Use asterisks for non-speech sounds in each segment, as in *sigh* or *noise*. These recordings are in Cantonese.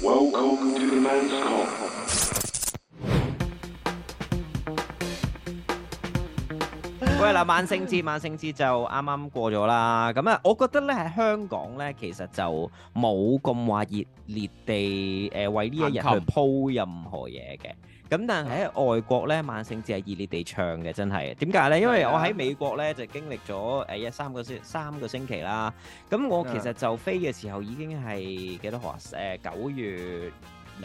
Welcome to the man's call. 喂嗱，萬聖節，萬聖節就啱啱過咗啦。咁啊，我覺得咧喺香港咧，其實就冇咁話熱烈地誒、呃、為呢一日去彈琴鋪任何嘢嘅。咁但係喺外國咧，萬聖節係熱烈地唱嘅，真係點解咧？因為我喺美國咧就經歷咗誒一三個星三個星期啦。咁我其實就飛嘅時候已經係幾多號啊？誒、九月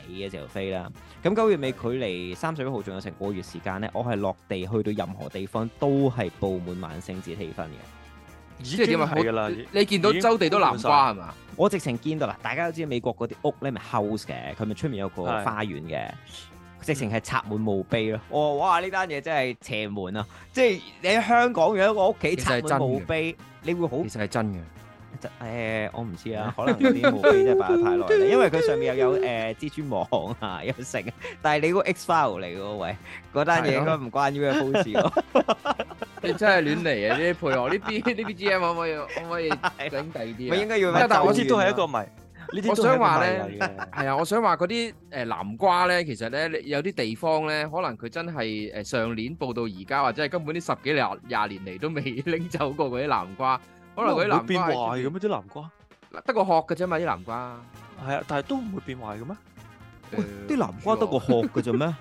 尾嘅時候飛啦。咁九月尾距離三十一號仲有成個月時間呢，我係落地去到任何地方都係佈滿萬聖節氣氛嘅。即即係點啊？係㗎啦，你你見到周地都南瓜係嘛？我直情見到啦，大家都知美國嗰啲屋咧咪 house 嘅，佢咪出面有個係花園嘅，直情嗯係插滿墓碑咯。我話哇呢單嘢真係邪門啊！即係你喺香港有一個屋企其實插滿係墓真嘅碑，你會好其實係真嘅。誒、我唔知 *laughs* 啊，可能嗰啲墓碑真係擺得太耐啦，因為佢上面又有誒、蜘蛛網啊， *laughs* 有成，但係你嗰個 X file 嚟嗰位，嗰單嘢應該唔關 UFO 事 *laughs* 咯。你真係亂嚟嘅呢啲配樂，呢啲呢 BGM 可唔可以可唔可以整第二啲咪啊應該要喂揾但係但我我導知演都係啊一個謎。呢啲我都想係一個話謎呢嚟嘅係啊，我想話嗰啲誒南瓜咧，其實咧你有啲地方咧，可能佢真係誒上年報到而家，或者係根本呢十幾廿廿年嚟都未拎走過嗰啲南瓜，可能嗰啲會變南瓜壞嘅咩？啲南瓜係得個殼嘅啫嘛，啲南瓜。係啊，但係都唔會變壞嘅咩？誒啲南瓜得個唔知殼嘅啫咩？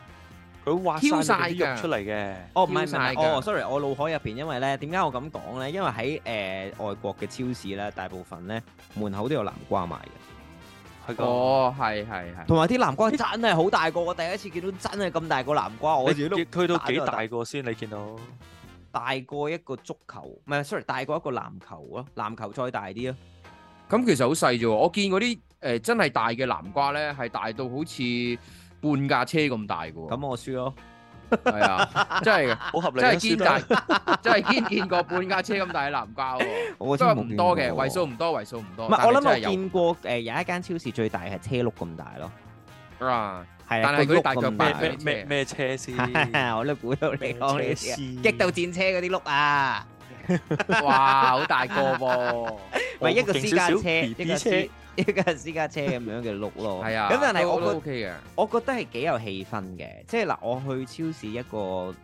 佢挖挑晒晒你啲㗎肉出嚟嘅。哦，唔係唔挑晒係，㗎哦，sorry，我腦海入邊，因為咧，點解我咁講咧？因為喺誒、外國嘅超市咧，大部分咧門口都有南瓜賣嘅，係喎㗎。哦，係係係。同埋啲南瓜真係好大個，我第一次見到真係咁大個南瓜，我你自己都佢到幾打咗大個先？你見到大過一個足球，唔係，sorry，大過一個籃球咯，籃球再大啲咯。咁其實好細啫喎，我見嗰啲誒真係大嘅南瓜咧，係大到好似半架車咁大嘅喎。咁我輸咯。係 *laughs* 啊，真係嘅。好合理啊真係堅大，真係堅見過半架車咁大嘅南瓜喎， *laughs* 我不真過係唔冇多見嘅，過為數唔多，為數唔多。唔係，我但諗係我真係有見過誒有一間超市最大係車轆咁大咯，啊，係但啊，係個佢轆大腳咁板大咩係咩咩車先？ *laughs* 我都估到你講呢咩車啲啊，先激到戰車嗰啲轆啊，哇，好大個 *laughs* 喎，唔係一個勁私少家少車，一 BB 個車私一個私家車咁樣嘅轆咯。係啊，咁但係都我都覺 OK 嘅，我覺得係幾有氣氛嘅，即係嗱，我去超市一個誒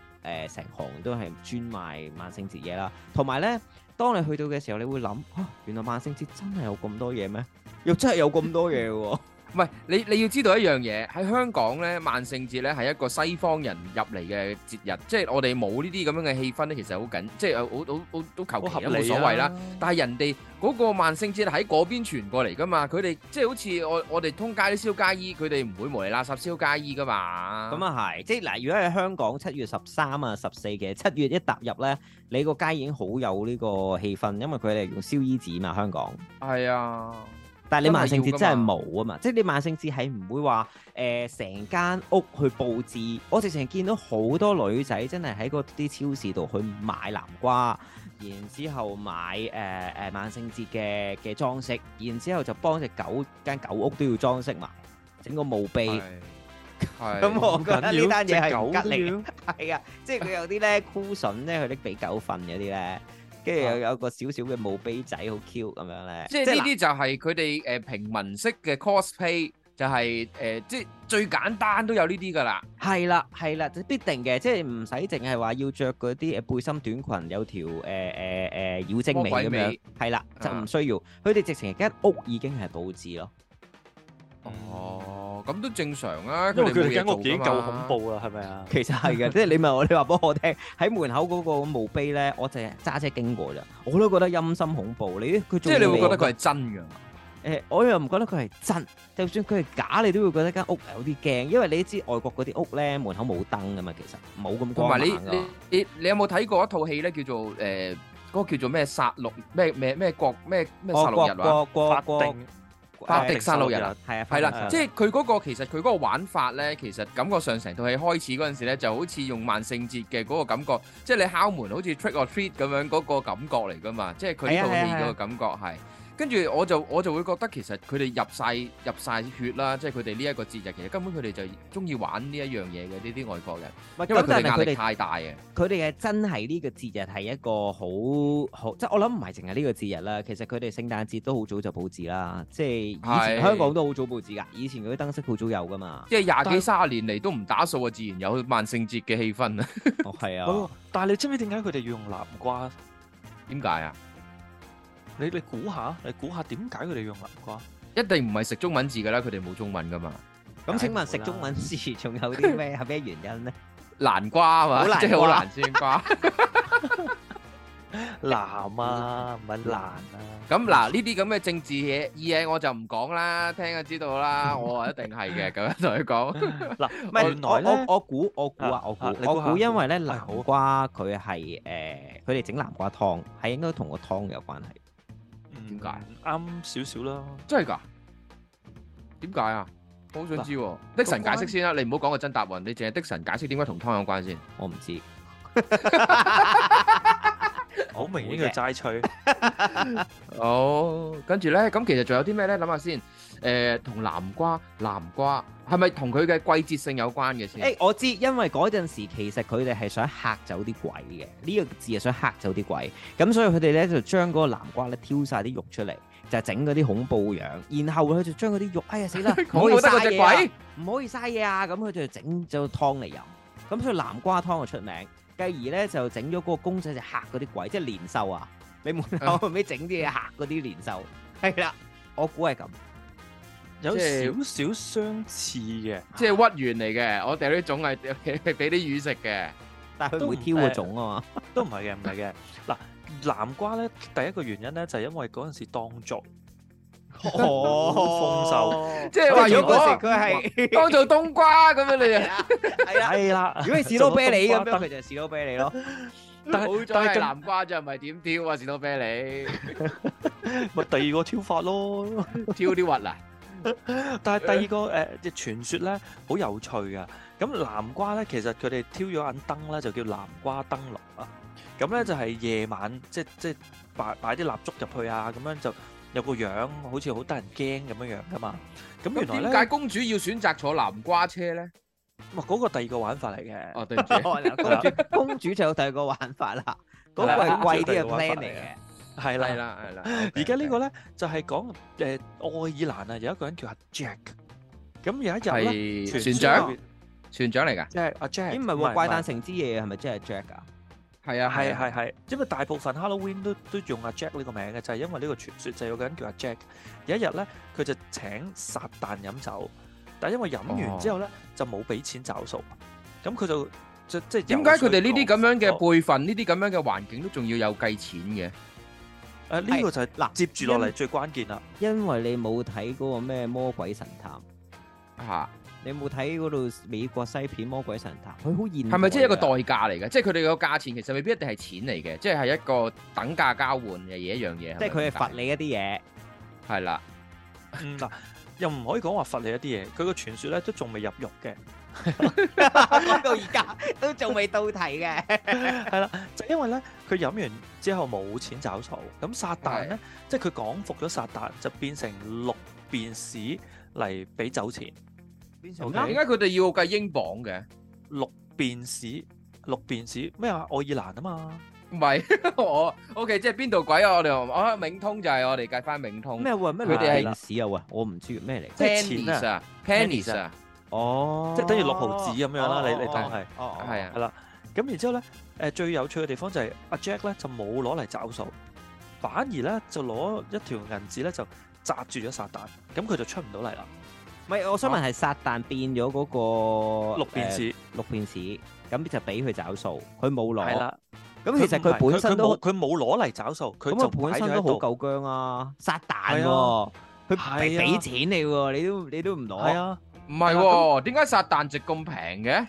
成、行都係專賣萬聖節嘢啦，同埋咧，當你去到嘅時候，你會諗啊，原來萬聖節真係有咁多嘢咩？又真係有咁多嘢喎！唔係你你要知道一樣嘢，喺香港咧，萬聖節咧係一個西方人入嚟嘅節日，即係我哋冇呢啲咁樣嘅氣氛咧，其實好緊，即係好好好好好求合其啊，冇理所謂啦。啊。但係人哋嗰個萬聖節喺嗰邊傳過嚟噶嘛，佢哋即係好似我我哋通街啲燒街衣，佢哋唔會無理垃圾燒街衣噶嘛。咁啊係，即係嗱，如果喺香港七月十三啊、十四嘅七月一踏入咧，你個街已經好有呢個氣氛，因為佢哋用燒衣紙嘛，香港。係啊，但係你真係萬聖節要㗎真係嘛冇啊嘛，即係你萬聖節係唔會話誒成間屋去佈置，我直情見到好多女仔真係喺嗰啲超市度去買南瓜，然之後買誒誒、呃、萬聖節嘅嘅裝飾，然之後就幫只狗間狗屋都要裝飾埋，整個墓碑。 *laughs* 係咁我覺得呢單嘢係唔狗吉利嘅，嚟係啊，即係佢有啲咧 cushion 咧，佢拎俾狗瞓嗰啲咧，跟住又有個少少嘅墓碑仔，好 cute 咁樣咧。啊即係呢啲就係佢哋誒平民式嘅 cosplay，就係、誒、即係最簡單都有呢啲㗎啦。係啦，係啦，必定嘅，即係唔使淨係話要着嗰啲誒背心短裙，有條誒誒誒妖精魔尾鬼咁樣尾，係啦，就唔啊需要。佢哋直情間屋已經係佈置咯， *laughs* 哦，咁都正常啊，因為佢哋哋間間屋已經夠恐。怖啦，係咪啊？其實 *laughs* 係嘅，即係你咪我你話俾我聽，喺門口嗰個墓碑咧，我淨係揸車經過咋，我都覺得陰森恐怖。你佢即仲係你會要覺得嚟佢係真㗎。誒、我又唔覺得佢係真，就算佢係假，你都會覺得間屋有啲驚，因為你知外國嗰啲屋咧門口冇燈噶嘛，其實冇咁同光猛埋你㗎你你你有冇睇過一套戲咧？叫做呃誒嗰、個叫做咩殺戮咩咩咩國咩咩殺哦戮日啊話？國國法國國定法迪殺戮日啊！係啊，係法啦，定即係佢嗰個其實佢嗰個玩法咧，其實感覺上成套戲開始嗰陣時咧，就好似用萬聖節嘅嗰個感覺，即係你敲門好似 trick or treat 咁樣嗰個感覺嚟噶嘛，即係佢呢套係啊係啊係戲啊嗰個感覺係。跟住我就我就會覺得其實佢哋入晒入晒血啦，即係佢哋呢一個節日，其實根本佢哋就中意玩呢一樣嘢嘅呢啲外國人，唔係因為咁佢但哋係壓佢力哋太大啊嘅。佢哋嘅真係呢個節日係一個好好，即係我諗唔係淨係呢個節日啦。其實佢哋聖誕節都好早就佈置啦，即係以前係。香港都好早佈置㗎。以前嗰啲燈飾好早有㗎嘛 *laughs* 即係廿但幾卅年嚟都唔打掃啊，自然有萬聖節嘅氣氛啊！哦，係啊，哦但係你知唔知點解佢哋要用南瓜？點解啊？你你估下，你估下點解佢哋用南瓜？一定唔係食中文字㗎啦，佢哋冇中文㗎嘛，咁請問梗係冇食啦中文字仲有啲 *laughs* 咩係咩原因咧？南瓜啊好嘛，難即係好瓜難先瓜。南啊，唔係難啊。咁嗱，呢啲咁嘅政治嘢嘢我就唔講啦，聽就知道啦，我啊一定係嘅，咁樣同佢講。唔嗱，係原我來咧我我估我估啊啊我估啊你估我下估，因為咧係南好啊瓜佢係誒佢哋整南瓜湯係應該同個湯有關係。嗯點解啱少少啦？真係㗎？點解啊？我好想知喎。的神解釋先啦，你唔好講個真答案，你淨係的神解釋點解同湯有關先。我唔知。好明顯我估嘅佢齋吹。哦，跟住咧，咁其實仲有啲咩咧？諗下先。誒，同南瓜，南瓜係咪同佢嘅季節性有關誒、嘅先？我知，因為嗰陣時其實佢哋係想嚇走啲鬼嘅，呢、個字係想嚇走啲鬼，咁所以佢哋咧就將嗰個南瓜咧挑晒啲肉出嚟，就整嗰啲恐怖樣，然後佢就將嗰啲肉，哎呀死啦，唔我可以冇得嘥嗰隻嘢啊鬼，唔可以嘥嘢啊，咁佢就整咗湯嚟飲，咁所以南瓜湯就出名，繼而咧就整咗嗰個公仔就嚇嗰啲鬼，即係年獸啊，你門口 *laughs* 後尾整啲嘢嚇嗰啲年獸，係啦，我估係咁，有即係少少相似嘅，即係屈原嚟嘅。我掉啲種係 *laughs* 俾俾啲魚食嘅。但係佢唔會都唔挑個誒種啊嘛，都唔係嘅，唔係 *laughs* 嘅。嗱，南瓜咧，第一個原因咧就係因為嗰陣時當作 *laughs* 哦哦，即係話如如果嗰果時佢係。當做冬瓜咁樣，你 *laughs* 啊 *laughs* 就。係啦，係啊啦。如果係士多啤梨 *laughs* 咁樣，佢就係士多啤梨咯。但好係彩但係係南瓜啫，唔係點挑啊？士多啤梨更咪第二個挑法咯。挑啲核啊！但係第二個誒嘅傳說咧，好有趣㗎。咁南瓜咧，其實佢哋挑咗眼燈咧，就叫南瓜燈籠啊。咁咧就係夜晚，即即擺擺啲蠟燭入去啊，咁樣就有個樣，好似好得人驚咁樣樣㗎嘛。咁咁原來點咧，解公主要選擇坐南瓜車咧？哇嗰個第二個玩法嚟嘅。哦，*laughs* 對唔住，公主公主就有第二個玩法啦，嗰個係貴啲嘅 plan 嚟嘅。係啦係。啦係啦。而家呢個個咧就係講誒愛爾蘭啊，有一個人叫阿 Jack。咁有一日咧，係傳船說長，船長嚟㗎。即係阿 Jack，咦，唔係喎，怪誕城之夜係咪真係 Jack 啊？係啊係係係，因為大部分 Halloween 都都用阿 Jack 呢個名嘅，就係因為呢個傳說就有個人叫阿 Jack。有一日咧，佢就請撒旦飲酒，但係因為飲完之後咧就冇俾錢找數，咁佢就即即係點解佢哋呢啲咁樣嘅輩份、呢啲咁樣嘅環境都仲要有計錢嘅？誒呢個就係嗱接住落嚟最關鍵啦。因為你冇睇嗰個咩魔鬼神探，嚇你冇睇嗰度美國西片魔鬼神探，佢好現代㗎。啊係咪即係一個代價嚟嘅？即係佢哋個價錢其實未必一定係錢嚟嘅，即係係一個等價交換嘅嘢一樣嘢。即係佢係係咪罰你一啲嘢，係啦。嗯嗱，又唔可以講話罰你一啲嘢，佢個傳說咧都仲未入獄嘅。講到而家都仲未到題嘅。係啦，就因為咧，佢飲完之後冇錢找數，咁撒旦咧，即係佢講服咗撒旦，就變成六便士嚟俾酒錢，點 OK 解佢哋要計英鎊嘅？六便士，六便士咩啊？愛爾蘭啊嘛，唔 *laughs* 係我 OK，即係邊度鬼啊？我哋我永通就係我哋計翻永通咩喎？咩佢哋係歷史啊？喂，我唔知咩嚟。即係錢 pennies 啊，pennies à? pennies 啊，哦，即係等於六毫子咁樣啦你你當係哦係啊係啦。咁然之後咧，誒最有趣嘅地方就係阿 Jack 咧就冇攞嚟找數，反而咧就攞一條銀紙咧就擲住咗撒旦，咁佢就出唔到嚟啦。唔係，我想問係撒旦變咗嗰個六便士誒六便士，咁就俾佢找數，佢冇係攞。啦，咁其實佢本身佢都冇佢冇攞嚟找數，佢咁就佢本身都好夠僵啊，撒旦係喎，佢俾係啊俾錢你喎，你都你都唔係攞。啊。唔係喎，點解撒旦值咁平嘅？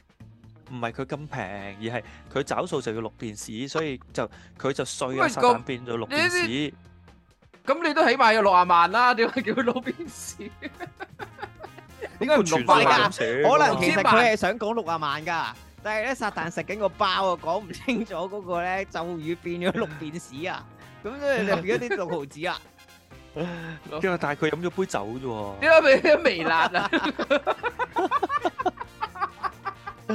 唔係佢咁平，而係佢找數就要六便士，所以就佢就碎喂啊，撒咁旦變咗六便士。咁你都起碼要六啊萬啦， *laughs* 點解叫老邊士？點解唔六百傳說啊？可㗎能其實五千萬佢係想講六啊萬㗎，但係咧撒旦食緊個包啊，講唔清 *laughs* 楚嗰個咧咒語變咗六便士啊，咁所以就變咗啲六毫子啊。因為但係佢飲咗杯酒啫喎，點解俾微辣 *laughs* 啊？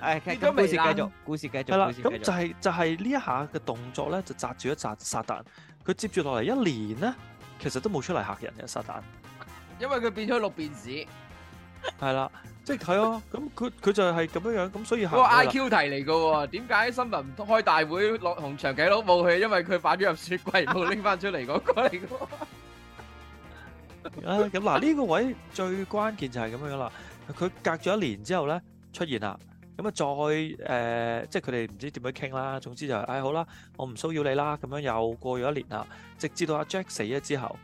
唉，咁跌咗故微事繼辣續，故事繼係續，啦，故事咁繼就續。係就係呢一下嘅動作咧，就扎住一扎撒旦。佢接住落嚟一年咧，其實都冇出嚟嚇人嘅撒旦。因為佢變咗六便士，係啦，即係係啊，咁佢佢就係咁樣樣，咁所以嗰個嚇 I Q 題嚟噶喎。點解新聞開大會落紅長頸佬冇去？因為佢擺咗入雪櫃冇拎翻出嚟嗰個嚟㗎。啊，咁嗱呢個位最關鍵就係咁樣啦。佢隔咗一年之後咧出現啦，咁啊再誒、呃即係佢哋唔知點樣傾啦。總之就係、唉好啦，我唔騷擾你啦。咁樣又過咗一年啦，直至到阿 Jack 死咗之後，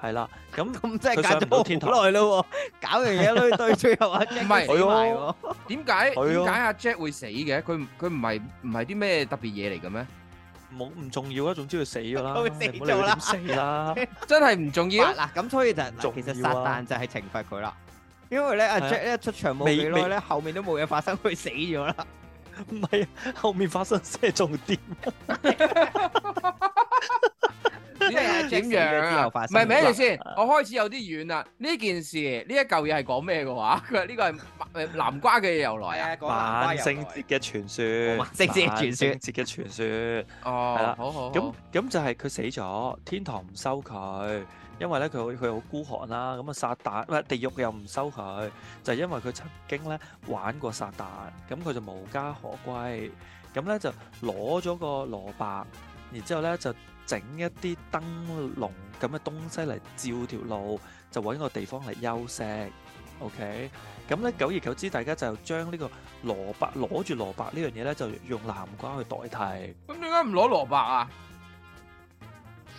係啦，咁咁真佢上係唔到天隔咗堂好耐咯喎，搞完嘢都對最後一擊唔係死埋係喎。點解係點咯解阿 Jack 會死嘅？佢唔佢唔係唔係啲咩特別嘢嚟嘅咩？冇唔重要啦。總之佢死咗啦，佢死你唔好理佢咗啦點死啦。真係唔 *laughs* 重要。嗱，咁所以就重嗱，其實要撒啊旦就係懲罰佢啦。因為咧，阿係啊 Jack 一出場冇未幾未耐咧，後面都冇嘢發生，佢死咗 *laughs* 啦。唔係啊，後面發生先係重點。即係阿 Jack 點死咗樣之啊後？發唔生係咪嘅住先？我開始有啲遠啦。呢件事呢一嚿嘢係講咩嘅話？ *laughs* 佢話呢個係呃南瓜嘅由來啊。啊，講萬聖節嘅傳說，萬聖節嘅傳說萬聖節嘅傳說。係哦啦，好好好咁咁就係佢死咗，天堂唔收佢，因為咧佢好佢好孤寒啦。咁啊，撒旦唔係地獄又唔收佢，就係因為佢曾經咧玩過撒旦，咁佢就無家可歸，咁咧就攞咗個蘿蔔，然之後咧就整一啲燈籠咁嘅東西嚟照條路，就揾個地方嚟休息。OK，咁咧久而久之，大家就將呢個蘿蔔攞住蘿蔔呢樣嘢咧，就用南瓜去代替。咁點解唔攞蘿蔔啊？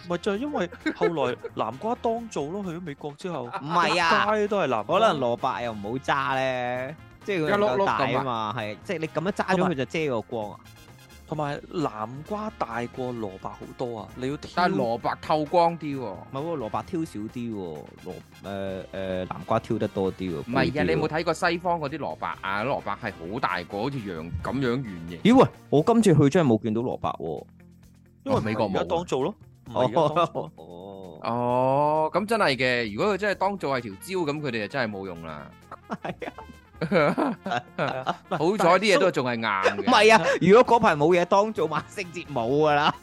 咪就係因為後來南瓜當造咯，去咗美國之後，唔係 *laughs* 啊，街都係南瓜。可能蘿蔔又唔好揸咧，即係佢一碌碌夠大咁啊啊嘛，係即係你咁樣揸咗佢就遮個光啊。同埋南瓜大過蘿蔔好多啊！你要挑但係蘿蔔透光啲喎。唔係喎，蘿蔔挑少啲喎，蘿誒誒南瓜挑得多啲喎。唔係啊，高啲你喎冇睇過西方嗰啲蘿蔔啊？蘿蔔係好大個，好似羊咁樣圓形。咦喂，我今次去真係冇見到蘿蔔喎。因為哦美國冇而啊家當造咯，唔係 *laughs* 而家當造哦咯。哦，哦，咁真係嘅。如果佢真係當做係條蕉，咁佢哋就真係冇用啦。係啊，係啊唔係好彩啲嘢都仲係硬唔嘅。係啊，如果嗰排冇嘢當做 *laughs* 萬聖節冇㗎啦，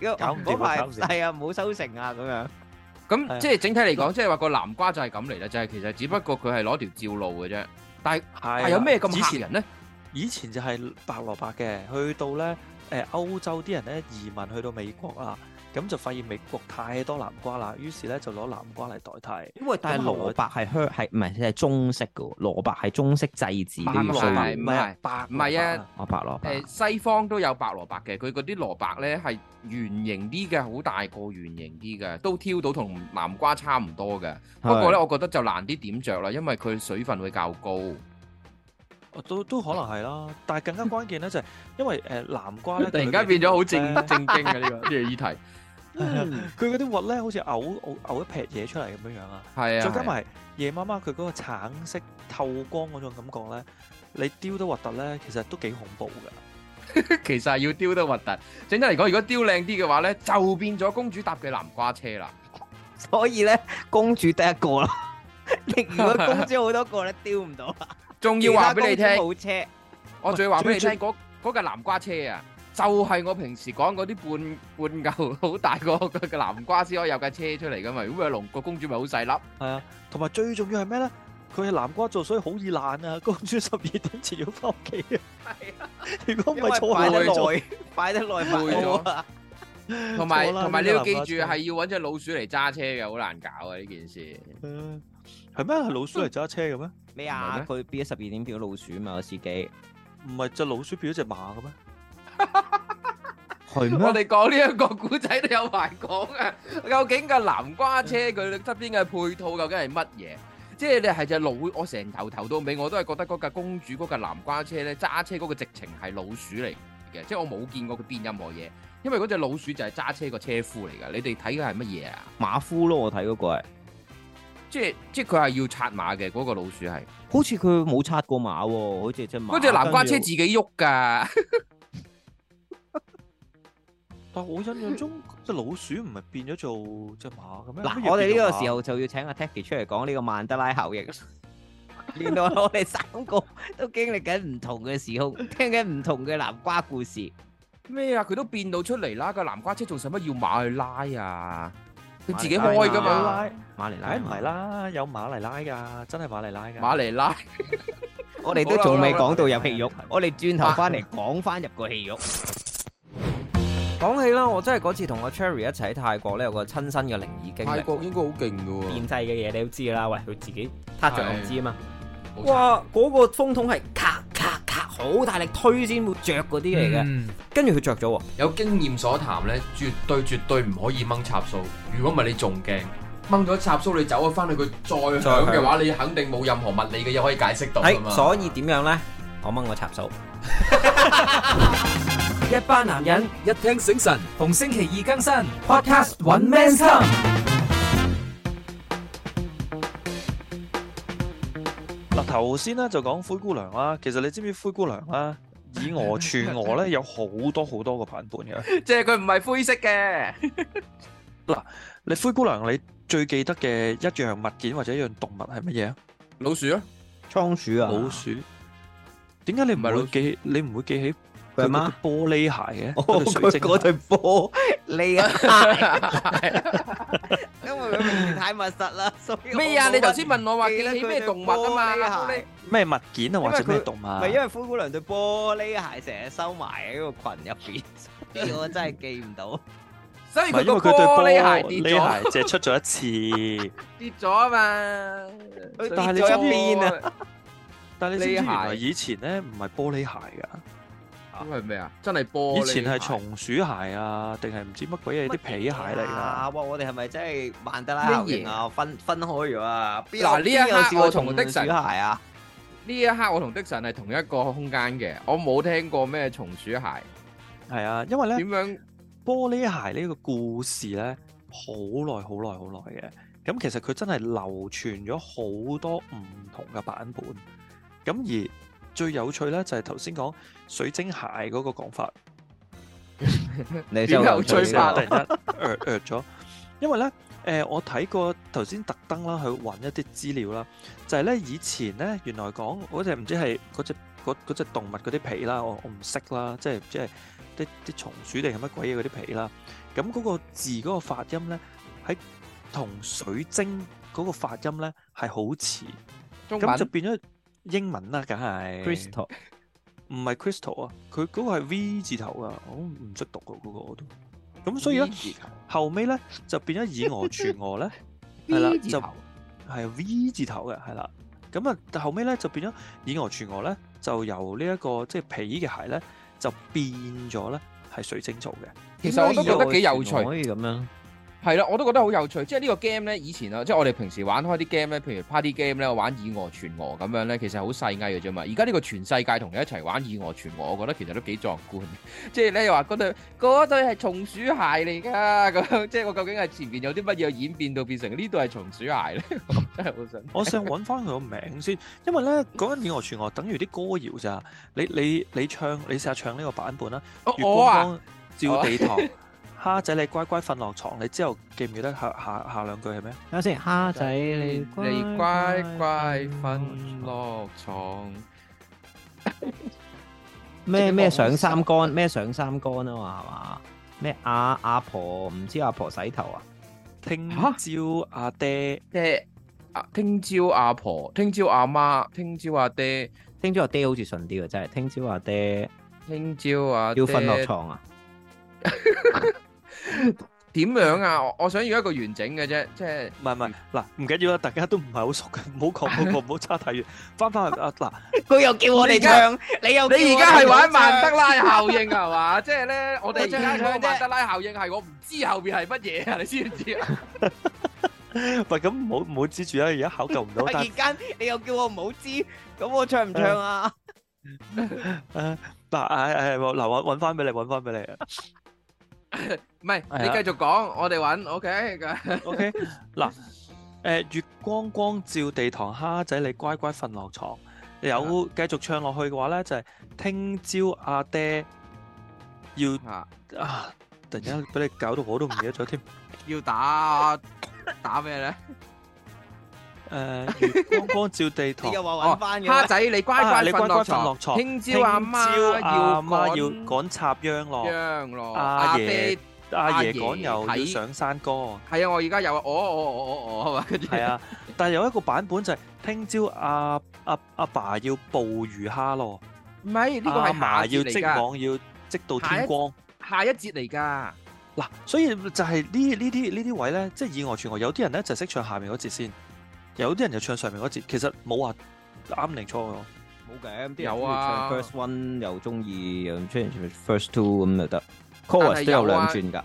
搞唔掂啊嗰排搞唔掂係啊冇收成啊咁樣。係啊咁即係整體嚟講，即係話個南瓜就係咁嚟啦，就係其實只不過佢係攞條照路嘅啫。但係係但啊係有咩咁以嚇前人咧？以前就係白蘿蔔嘅，去到咧誒歐洲啲人咧移民去到美國啊，咁就發現美國太多南瓜啦，於是咧就攞南瓜嚟代替。因為但係蘿蔔係香係唔係係中式嘅喎，蘿蔔係中式祭祀都白要需蘿蔔要係。唔係白唔係啊蘿蔔我白蘿蔔誒西方都有白蘿蔔嘅，佢嗰啲蘿蔔咧係圓形啲嘅，好大個圓形啲嘅，都挑到同南瓜差唔多嘅。不過咧，我覺得就難啲點着啦，因為佢水分會較高。哦都都可能係啦，但係更加關鍵咧就係因為誒南瓜咧， *laughs* 突然間變咗好佢裏正 *laughs* 邊正經嘅呢個呢個議題，嗯佢嗰啲核咧，好似嘔嘔嘔一劈嘢出嚟咁樣樣啊！係啊，再加埋夜媽媽佢嗰個橙色透光嗰種感覺咧，你丟得核突咧，其實都幾恐怖 *laughs* 㗎。其實係要雕得核突。整體嚟講，如果雕靚啲嘅話咧，就變咗公主搭嘅南瓜車啦。所以咧公主得一 *laughs* 個啦。你如果公主好多個咧，丟唔到啦。仲要話俾你其聽，他公主冇車，我最話俾你聽最嗰嗰架南瓜車啊！就係我平時講嗰啲半半嚿好大個嘅南瓜先可以有架車出嚟噶嘛，如果佢龍個公主咪好細粒，係啊，同埋最重要係咩咧？佢係南瓜做，所以好易爛啊！公主十二點前要翻屋企啊！如果唔因為係坐擺下得咗耐，擺得耐攰冇咗啊。同埋錯啦同埋你呢個要記南住瓜車係要揾只老鼠嚟揸車嘅，好難搞啊呢件事。嗯係咩？係老鼠嚟揸車嘅咩？咩唔啊係？佢 B 咗十二點變咗老鼠嘛，個司機唔係隻老鼠變咗隻馬嘅咩？ *laughs* *laughs* 係我？哋講呢一個古仔都有排講啊！ *laughs* 究竟嘅南瓜車佢側邊嘅配套究竟係乜嘢？即係你係隻老，我成頭頭到尾我都係覺得嗰架公主嗰架南瓜車咧揸車嗰個直情係老鼠嚟嘅，即係我冇見過佢變任何嘢，因為嗰隻老鼠就係揸車個車夫嚟㗎。你哋睇嘅係乜嘢啊？馬夫咯，我睇嗰個係，即係即係佢係要刷馬嘅嗰、個老鼠係，好似佢冇刷過馬喎，好似只馬。嗰隻南瓜車自己喐㗎。但我印象中只老鼠唔係變咗做只馬嘅咩？乜嗱，嘢我哋呢變個做馬時候就要請阿 Tacky 出嚟講呢個曼德拉效 *laughs* 應。原來我哋三個都經歷緊唔同嘅時空， *laughs* 聽緊唔同嘅南瓜故事。咩啊？佢都變到出嚟啦，個南瓜車仲使乜要馬去拉啊？佢自己馬嚟開㗎噶馬嘛，拉，馬啊嚟拉梗唔係，啦，有馬嚟拉㗎，真係馬嚟拉㗎。馬嚟拉。我哋都仲未講到入戲肉，我哋轉頭翻嚟講翻入個戲肉。講起啦，我真係嗰次同阿 Cherry 一齊喺泰國咧，有個親身嘅靈異經歷。國應該好勁噶變製嘅嘢你都知啦，喂，佢自己撻着我知啊嘛。冇錯哇！嗰、個風筒係咔咔咔好大力推先會着嗰啲嚟嘅，嗯跟住佢着咗喎。有經驗所談呢，絕對絕對唔可以掹插數。如果唔係你仲驚，掹咗插數你走咗翻去佢再響嘅話，你肯定冇任何物理嘅嘢可以解釋到㗎嘛係，所以點樣呢？我掹個插數。一班男人一聽醒神，逢星期二更新。 podcast 揾 man 心。嗱，頭先咧就講灰姑娘啦，其實你知唔知灰姑娘啦？以我串我咧，有好多好多個版 *laughs* 本嘅。 *laughs* 即係佢唔係灰色嘅，你灰姑娘，你最記得嘅一樣物件或者一樣動物係乜嘢啊？老鼠啊，倉鼠啊，老鼠。點解你唔唔係老會鼠記？你唔會記起佢阿佢媽嗰。對玻璃鞋嘅？哦嗰對水晶佢嗰鞋對波你啊， *laughs* 因為佢名字太密實啦，所以我咩啊？冇你頭乜先問我話記起咩動物啊嘛？記得佢對玻璃鞋咩物件啊，或者因為咩佢動物唔啊？係因為灰姑娘對玻璃鞋成日收埋喺個裙入邊，所以我真係記唔到。所以唔係佢因個為佢對玻玻璃鞋跌咗，璃鞋只出咗一次。跌咗啊嘛。佢但係你跌咗知唔一邊啊！啊？但係你知唔知原玻來璃鞋以前咧唔係玻璃鞋㗎？咁係咩啊？真係玻以璃鞋。前係松鼠鞋啊，定係唔知乜鬼嘢啲皮鞋嚟 À, 㗎。啊！哇！我哋係咪真係曼德拉效應啊？分分開咗啊！邊嗱有呢一刻邊有試過我同松的鼠神鞋啊！呢一刻，我同的神係同一個空間嘅，我冇聽過咩松鼠鞋係啊，因為咧點樣玻璃鞋呢個故事咧，好耐好耐好耐嘅。咁其實佢真係流傳咗好多唔同嘅版本。咁而最有趣咧，就係頭先講水晶鞋嗰個講法，你真係好有趣突水然晶間水法呃呃咗。因為咧，誒、我睇過頭先特登啦去揾一啲資料啦，就係、咧以前咧原來講嗰隻唔知係嗰隻嗰嗰隻動物嗰啲皮啦，我我唔識啦，即係唔知係啲啲松鼠定係乜鬼嘢嗰啲皮啦。咁嗰個字嗰個發音咧，喺同水晶嗰個發音咧係好似，中咁就文？變咗英文啦，梗係 Crystal 唔係 crystal 啊，佢嗰個係 V 字頭啊，我唔識讀㗎嗰個我都。咁所以咧 V 字頭後尾咧就變咗 *laughs* 以訛傳訛咧，係啦 V 字就頭係啊 V 字頭嘅係啦。咁啊，但後尾咧就變咗以訛傳訛咧，就由呢、一個即係皮嘅鞋咧，就變咗咧係水晶做嘅。其實我都覺得幾有趣。可以咁樣。係啦，我都覺得好有趣。即係呢個 game 咧，以前啊，即係我哋平時玩開啲 game 咧，譬如 party game 咧，我玩以訛傳訛咁樣咧，其實好細藝嘅啫嘛。而家呢個全世界同你一齊玩以訛傳訛，我覺得其實都幾壯觀。 *laughs* 即係咧又話嗰對嗰對係松鼠鞋嚟㗎，咁樣即係我究竟係前邊有啲乜嘢演變到變成呢度係松鼠鞋咧？ *laughs* 我真係好想。我 *laughs* 想揾翻佢個名先，因為咧講緊以訛傳訛，等於啲歌謠咋。你你你唱，你試下唱呢個版本啦。我月我光啊！光照地 *laughs* 堂，蝦仔你乖乖瞓落床。你之後記唔記得下下下兩句係咩？睇下先，蝦仔你你乖乖瞓落床，咩咩上三竿，咩上三竿啊嘛，係嘛？咩阿阿婆唔知阿婆洗頭啊？聽嚇朝阿爹即係啊，聽朝阿婆，聽朝阿媽，聽朝阿爹，聽朝阿爹好似順啲喎，真係。聽朝阿爹聽朝阿要瞓落爹床啊？點樣啊？我我想要一個完整嘅啫，即係唔係唔係嗱，唔緊要啦，大家都唔係好熟嘅，唔 *laughs* 好講嗰個，唔好差太遠。翻翻 *laughs* 去啊嗱，佢又叫我哋唱，你又你而家係玩曼德拉效應係嘛？即係咧，我哋而家我講淨係曼德拉效應係我唔知後邊係乜嘢啊？你知唔知啊？喂咁唔好唔好知住啦，而家考究 *laughs* 唔到。但係間你又叫我唔好知，咁我唱唔唱啊？嗱誒誒嗱揾揾翻俾你，揾翻俾 *laughs* 你。唔係，係啊你繼續講，我哋揾 OK 咁 OK，嗱，誒、月光光照地堂，蝦仔你乖乖瞓落床。有繼續唱 *laughs* 落去嘅話咧，就係、聽朝阿爹要啊啊突然間俾你搞到我都唔記得咗添。要打打咩咧？誒，月光光照地堂 *laughs* 你。又話揾翻嘅蝦咩，仔你乖啊乖你乖瞓乖落瞓落床，床聽朝聽阿朝阿媽媽要要趕趕插秧咯，秧咯，阿阿爺爹阿阿爺爺趕牛要睇上山 *laughs* 歌。係啊，我而家有啊，我我我我我係嘛，跟住係啊，但係有一個版本就係聽朝阿阿阿爸要捕魚蝦咯，唔係呢個阿係下嫲一節要嚟織㗎，網要織到下天一光。下一節嚟㗎。嗱，所以就係呢呢啲呢啲位咧，即係以外傳外，有啲人咧就識唱下面嗰節先，有啲人就唱上面嗰節，其實冇話啱定錯嘅。冇嘅，啲人有啊中意唱 first one 又中意，又中意唱 first two 咁就得係，chorus 都有有兩啊轉㗎。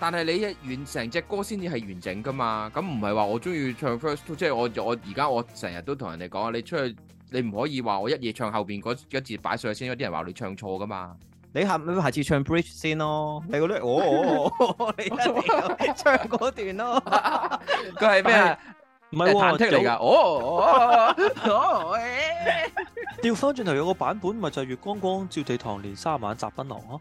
但係你完成隻歌先至係完整噶嘛？咁唔係話我中意唱 first two，即係我我而家我成日都同人哋講，你出去你唔可以話我一夜唱後邊嗰嗰字擺上去先，有啲人話你唱錯噶嘛。你下咪下次唱 bridge 先咯，你嗰啲我我我我你一定 *laughs* 要唱嗰段咯，佢係咩啊？唔唔係忐喎，忑嚟㗎。有哦哦哦，誒調翻轉頭有個版本咪就係月光光照地堂，連三晚摘檳榔咯，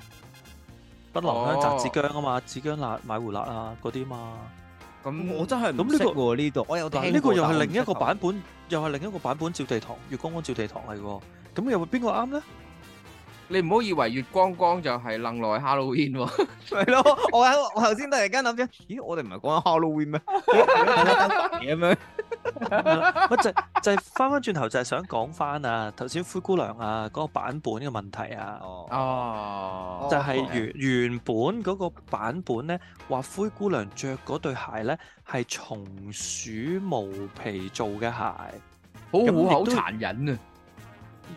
檳榔香哦摘子姜啊嘛，子姜辣買胡辣啊嗰啲嘛。咁我真係咁唔呢識個喎呢度，我有聽嗱呢個過又但係我唔另一識個頭版本，又係另一個版本照地堂，月光光照地堂嚟喎。咁又會邊個 *laughs* 啱咧？你唔好以為月光光就係楞來 Halloween 喎，咪咯， *laughs* 我喺我頭先突然間諗咗，咦，我哋唔係講緊 Halloween 咩？咁樣乜就就係翻翻轉頭，就係想講翻啊頭先灰姑娘啊嗰個版本嘅問題啊，哦，哦就係原原本嗰個版本咧話灰姑娘着嗰對鞋咧係松鼠毛皮做嘅鞋，好咁亦好好都殘忍啊！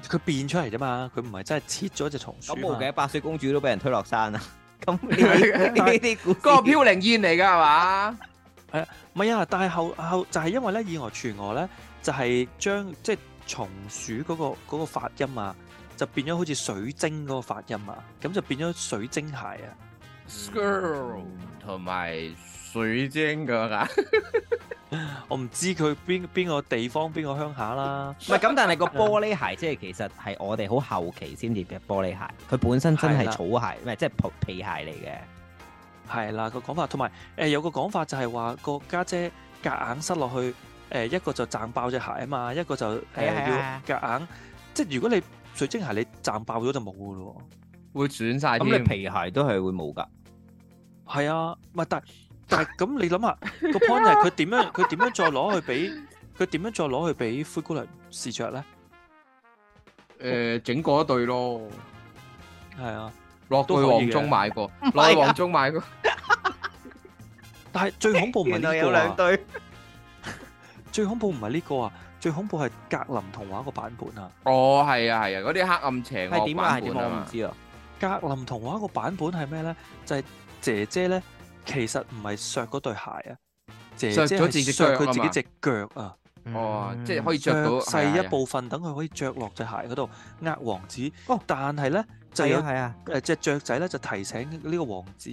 佢變出嚟啫嘛，佢唔係真係切咗只松鼠咁嘛冇。嘅，白雪公主都俾人推落山啊！咁呢啲呢啲故事，嗰個飄零燕嚟㗎係嘛？唔係啊，但係後後就係因為咧意外傳我咧，就係、將即係松鼠嗰、個嗰、個發音啊，就變咗好似水晶嗰個發音啊，咁就變咗水晶鞋啊。 Squirrel 同埋水晶㗎嚇。我唔知佢邊邊個地方邊個鄉下啦，唔係咁，但係個玻璃鞋即係其實係我哋好後期先至嘅玻璃鞋，佢本身真係係啦草鞋，唔係即係皮皮鞋嚟嘅。係啦、個講法，同埋誒有個講法就係話個家姐夾硬塞落去，誒、一個就掙爆隻鞋啊嘛，一個就誒、係啊係啊要夾硬，即係如果你水晶鞋你掙爆咗就冇噶咯會損晒咁添你。皮鞋都係會冇㗎。喎。係啊，唔係但係 *laughs* 但係咁你諗下個 point 就係佢點樣佢點樣再攞去俾佢點樣再攞去俾灰姑娘試着咧？誒整過一對咯，係啊。落去都可以嘅黃忠 *laughs* 買過，啊落去黃忠買過。但係最恐怖唔係原來呢有個兩啊！對。最恐怖唔係呢個啊！最恐怖係格林童話個版本啊！哦，係啊，係啊，嗰啲黑暗邪係惡點啊？係版點啊本啊我唔嘛。知啊。格林童話個版本係咩咧？就係、姐姐咧，其實唔係削嗰對鞋啊，姐姐削咗自己隻係削腳啊佢自嘛己隻腳啊，哦，即係可以削着到細一。係啊係啊部分，等佢可以着落隻鞋嗰度呃王子。哦但係咧就係有啊係啊，誒只呃雀仔咧就提醒呢個王子，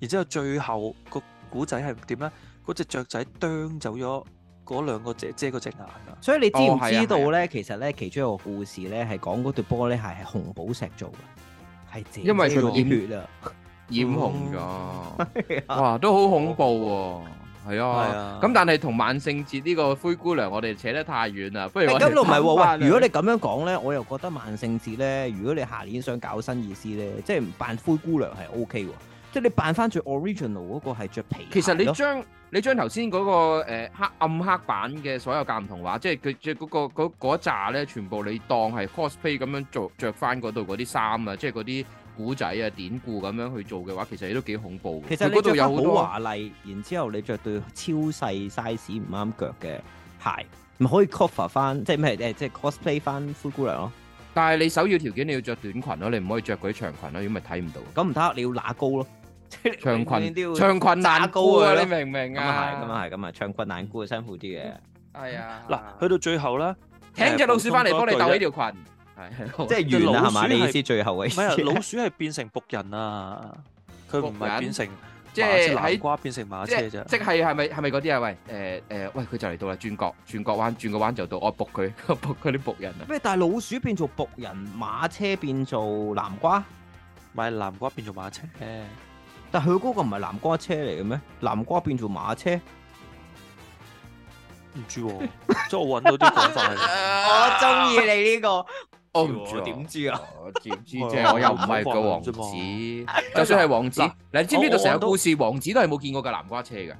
然之後最後個古仔係點咧？嗰只雀仔啄走咗嗰兩個姐姐嗰隻眼啊！所以你知唔哦係啊知道係咧？其實咧，其中一個故事咧係講嗰對玻璃鞋係紅寶石做嘅，係姐因為姐佢嘅血啊。染 *laughs* 紅咗，哇，都好恐怖喎。係係啊啊，咁但係同萬聖節呢個灰姑娘，我哋扯得太遠啦。不如我哋咁都唔係講喎，返喂！如果你咁樣講咧，我又覺得萬聖節咧，如果你下年想搞新意思咧，即係唔扮灰姑娘係 O K 喎，即係你扮翻最 original 嗰個係着皮其實實你將你將頭先嗰個誒黑暗黑版嘅所有格林童話，即係佢即係嗰個嗰嗰一紮咧，全部你當係 cosplay 咁樣做着翻嗰度嗰啲衫啊，即係嗰啲古仔啊、典故咁樣去做嘅話，其實你都幾恐怖嘅。其實佢你嗰度着有翻好好多華麗，然之後你着對超細 size 唔啱腳嘅鞋，咪可以 cover 翻，即係咩誒，即係 cosplay 翻灰姑娘咯。但係你首要條件你要着短裙咯，你唔可以着嗰啲長裙咯，如果咪睇唔到。咁唔得，你要揦高 *laughs* 咯，即係你長永遠都要裙長裙揸難高高佢啊！咯你明唔明咁啊啊？係，咁啊係，咁啊唱困難估辛苦啲嘅，係啊。嗱，去到最後咧，請隻老鼠翻嚟幫你鬥鬥呢條裙。即係完啊係隻啦老係嘛？鼠你意係思最後嘅意唔思係 *laughs* 啊，老鼠係變成仆人啊，佢唔係變成即馬係車喺南瓜變成馬即車係啫。即係係咪係咪嗰啲啊？喂誒誒、呃喂佢就嚟到啦，轉角轉角彎轉個彎就到，我仆佢， *laughs* 我仆佢啲仆人啊！咩？但係老鼠變做仆人，馬車變做南瓜。買南瓜變做馬車，但佢嗰個唔係南瓜車嚟嘅咩？南瓜變做馬車？唔知喎，即係我揾到啲講法啊係。啊鍾意你呢個，我唔知啊點知啊？我知唔知啫？我又唔係個王子，就算係王子嗱，你知唔知道我成個故事王子都係冇見過架南瓜車嘅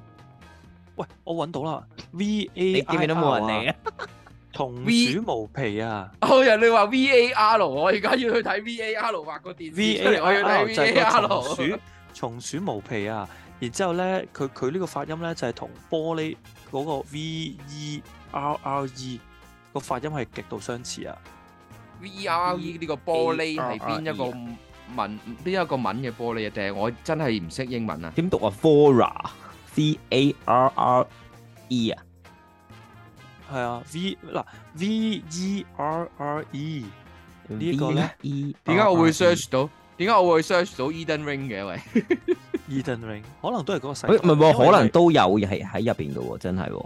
喂，我揾到啦，V 你 A 見面都冇人嚟啊，啊！同 V- 鼠無皮啊 *laughs* 哦，人哋話 VAR，我而家要去睇 VAR 畫個電，V 視 A 出嚟，我要 R 哦睇就係個 VAR。松鼠，松鼠無皮啊，然之後咧，佢佢呢個發音咧就係同玻璃嗰個 V E R R E 個發音係極度相似啊，E VAR 呢個玻璃係邊一個 VAR 文邊一個文嘅玻璃啊？定係我真係唔識英文啊？點讀啊？Vora，C A R R E 啊？係啊，V 嗱 V E R R E 呢個咧 V-E-R-R-E？點解我會 search 到？點解我會 search 到 Eden Ring 嘅？喂， Eden Ring 可能都係嗰個世喂，代，哦唔係喎，可能都有係喺入邊嘅喎，真係喎。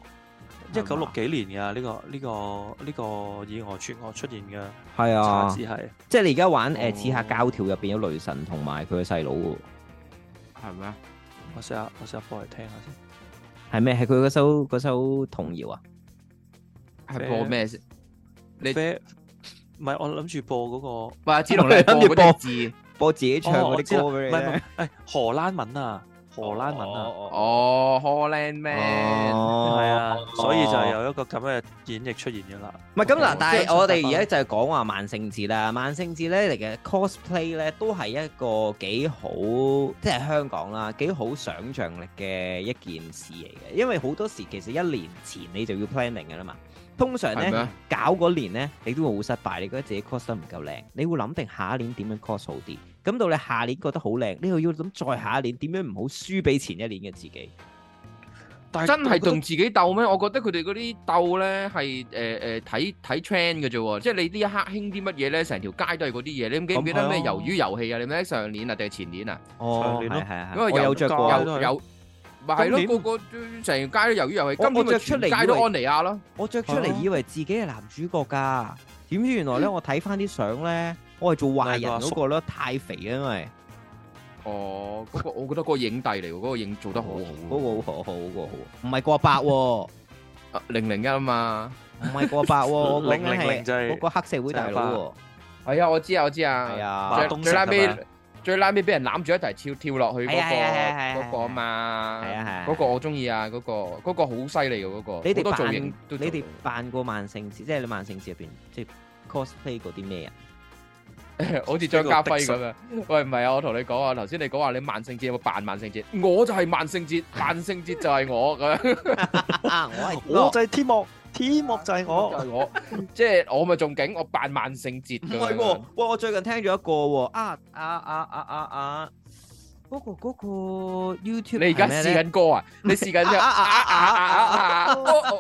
一九六幾年㗎呢個呢個呢個意外出外出現嘅係查啊字，係。即係你而家玩誒《刺客哦教條》入邊有雷神同埋佢嘅細佬喎，係咪啊？我試下，我試下播嚟聽下先。係咩？係佢嗰首嗰首童謠啊？係播咩先？你啡唔係，我諗住播嗰個喂，子龍你係播嗰啲字。播自己唱哦嗰我知啦啲歌俾唔你係唔係咧。，誒荷蘭文啊，荷蘭文啊，哦哦，Holland 哦 Man，係啊，所以就有一個咁嘅演繹出現嘅啦。唔係咁嗱哦，但即係係我哋而家就係講話萬聖節啦。萬聖節咧嚟嘅 cosplay 咧，都係一個幾好，即係香港啦，幾好想像力嘅一件事嚟嘅。因為好多時其實一年前你就要 planning 嘅啦嘛。通常係咧咩啊搞嗰年咧，你都會好失敗，你覺得自己 cos 得唔夠靚，你會諗定下一年點樣 cos 好啲。咁到你下年覺得好靚，你又要諗再下一年點樣唔好輸俾前一年嘅自己。但真係同仲自己鬥咩？我覺得佢哋嗰啲鬥咧係誒誒睇睇 trend 嘅啫喎，即係你呢一刻興啲乜嘢咧，成條街都係嗰啲嘢。你記唔記咁係得啊咩魷魚遊戲啊？你咪上年啊定係前年啊？哦上，年咯係係係，因為我啊有有着過加。又又咪係今年咯，個個都成條街都魷魚遊戲，我今年我咪着出全嚟街以都為安妮亞咯。我着出嚟以為自己係男主角㗎，點知原來咧我睇翻啲相咧，我係做壞人嗰個咯，太肥啊，因為哦，嗰個我覺得嗰個影帝嚟喎，嗰個影做得好好喎嗰個好好好嗰個好，唔係過百喎，啊，零零一啊嘛。唔係過百喎，我講緊零零零係就係嗰個黑社會大佬係啊，我知啊，我知喎，係啊。啊馬，最東最石拉係咪尾最拉尾俾人攬住一齊跳跳落去嗰係啊係啊係啊係個啊嗰個啊嘛。係啊係啊嗰個我中意啊，嗰個嗰個好犀利嘅嗰個，你好哋多造扮型都做你哋扮過萬聖節，即係你萬聖節入邊即係 cosplay 嗰啲咩啊？到好似張家輝咁樣。喂，唔係啊，我同你講啊，頭先你講話你萬聖節有冇扮萬聖節？我就係萬聖 *laughs* 節，萬聖節就係我咁樣， *laughs* 啊，我係我就係天幕，天幕就 *laughs* 係就我。係我，即係我咪仲勁，我扮萬聖節唔咁係樣喎，。喂！我最近聽咗一個喎，啊啊啊啊啊啊，嗰個嗰個 YouTube 你而家係咩試咧緊歌啊？你試緊啫？ *laughs* 啊啊啊啊啊！哦哦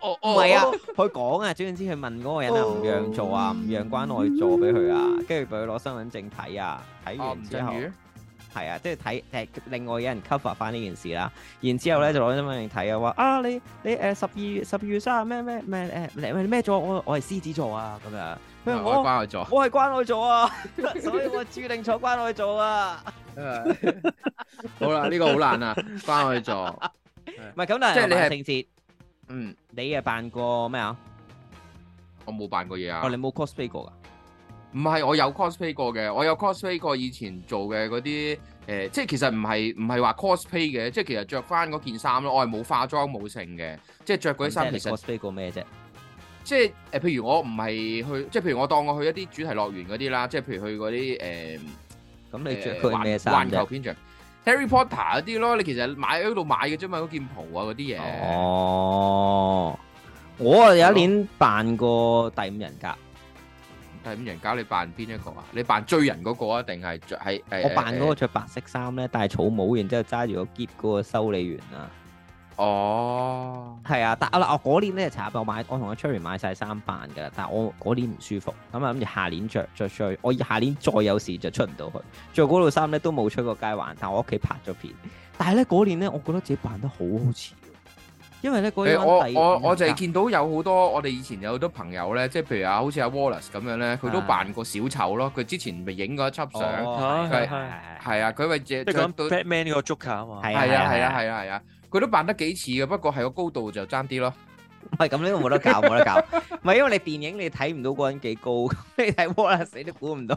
哦唔哦，係啊，佢講啊，總言之佢問嗰個人啊，唔讓座啊，唔讓關愛座俾佢啊，跟住俾佢攞身份證睇啊，睇啊，完吳之後鎮宇。係啊，即係睇誒另外有人 cover 翻呢件事啦，然之後嗯咧就攞身份證睇啊，話啊你你誒十二十二月三十咩咩咩誒你咩座？我我係獅子座啊咁樣，佢話嗯我我關愛座。我係關愛座啊， *laughs* 所以我注定坐關愛座啊， *laughs* 好啦，呢個好難啊，關愛座。唔係咁，但即係係你係萬聖節嗯，你係扮過咩啊？我冇扮過嘢啊哦，。你冇 cosplay 過㗎？唔係，我有 cosplay 過嘅，我有 cosplay 過以前做嘅嗰啲誒，即係其實唔係唔係話 cosplay 嘅，即係其實着翻嗰件衫咯，我係冇化妝冇剩嘅，即係着嗰啲咁衫即其係你實 cosplay 過咩啫？即係誒、呃譬如我唔係去，即係譬如我當我去一啲主題樂園嗰啲啦，即係譬如去嗰啲誒。咁你着誒佢環咩衫環啫球？片場 Harry Potter 嗰啲咯，你其實買喺度買嘅啫嘛，嗰件袍啊嗰啲嘢。哦，我啊有一年扮過第五人格，第五人搞你扮邊一個啊？你扮追人嗰個啊，定係着係誒？我扮嗰個誒着白色衫咧，戴草帽，然之後揸住個箧嗰個修理員啊。哦，係啊，但啊我嗰年咧慘，我買我同阿 Cherry 買晒衫扮㗎啦，但係我嗰年唔舒服，咁啊諗住下年着着出去，我下年再有事就出唔到去，着嗰套衫咧都冇出過街玩，但我屋企拍咗片，但係咧嗰年咧，我覺得自己扮得好好似喎，因為咧嗰誒一我晚第我五我就係格見到有好多我哋以前有好多朋友咧，即係譬如啊，好似阿 Wallace 咁樣咧，佢都啊扮過小丑咯。佢之前咪影過一輯相，係哦，係係係係啊，佢咪着即係着講到 Batman 嗰個 Joker 啊嘛。係係啊係啊係啊係啊，佢都扮得幾似嘅，不過係個高度就爭啲 *laughs* 咯。唔係咁呢個冇得搞，冇得搞。唔係因為你電影你睇唔到嗰人幾高， *laughs* 咁你睇 Wallace 你都估唔到。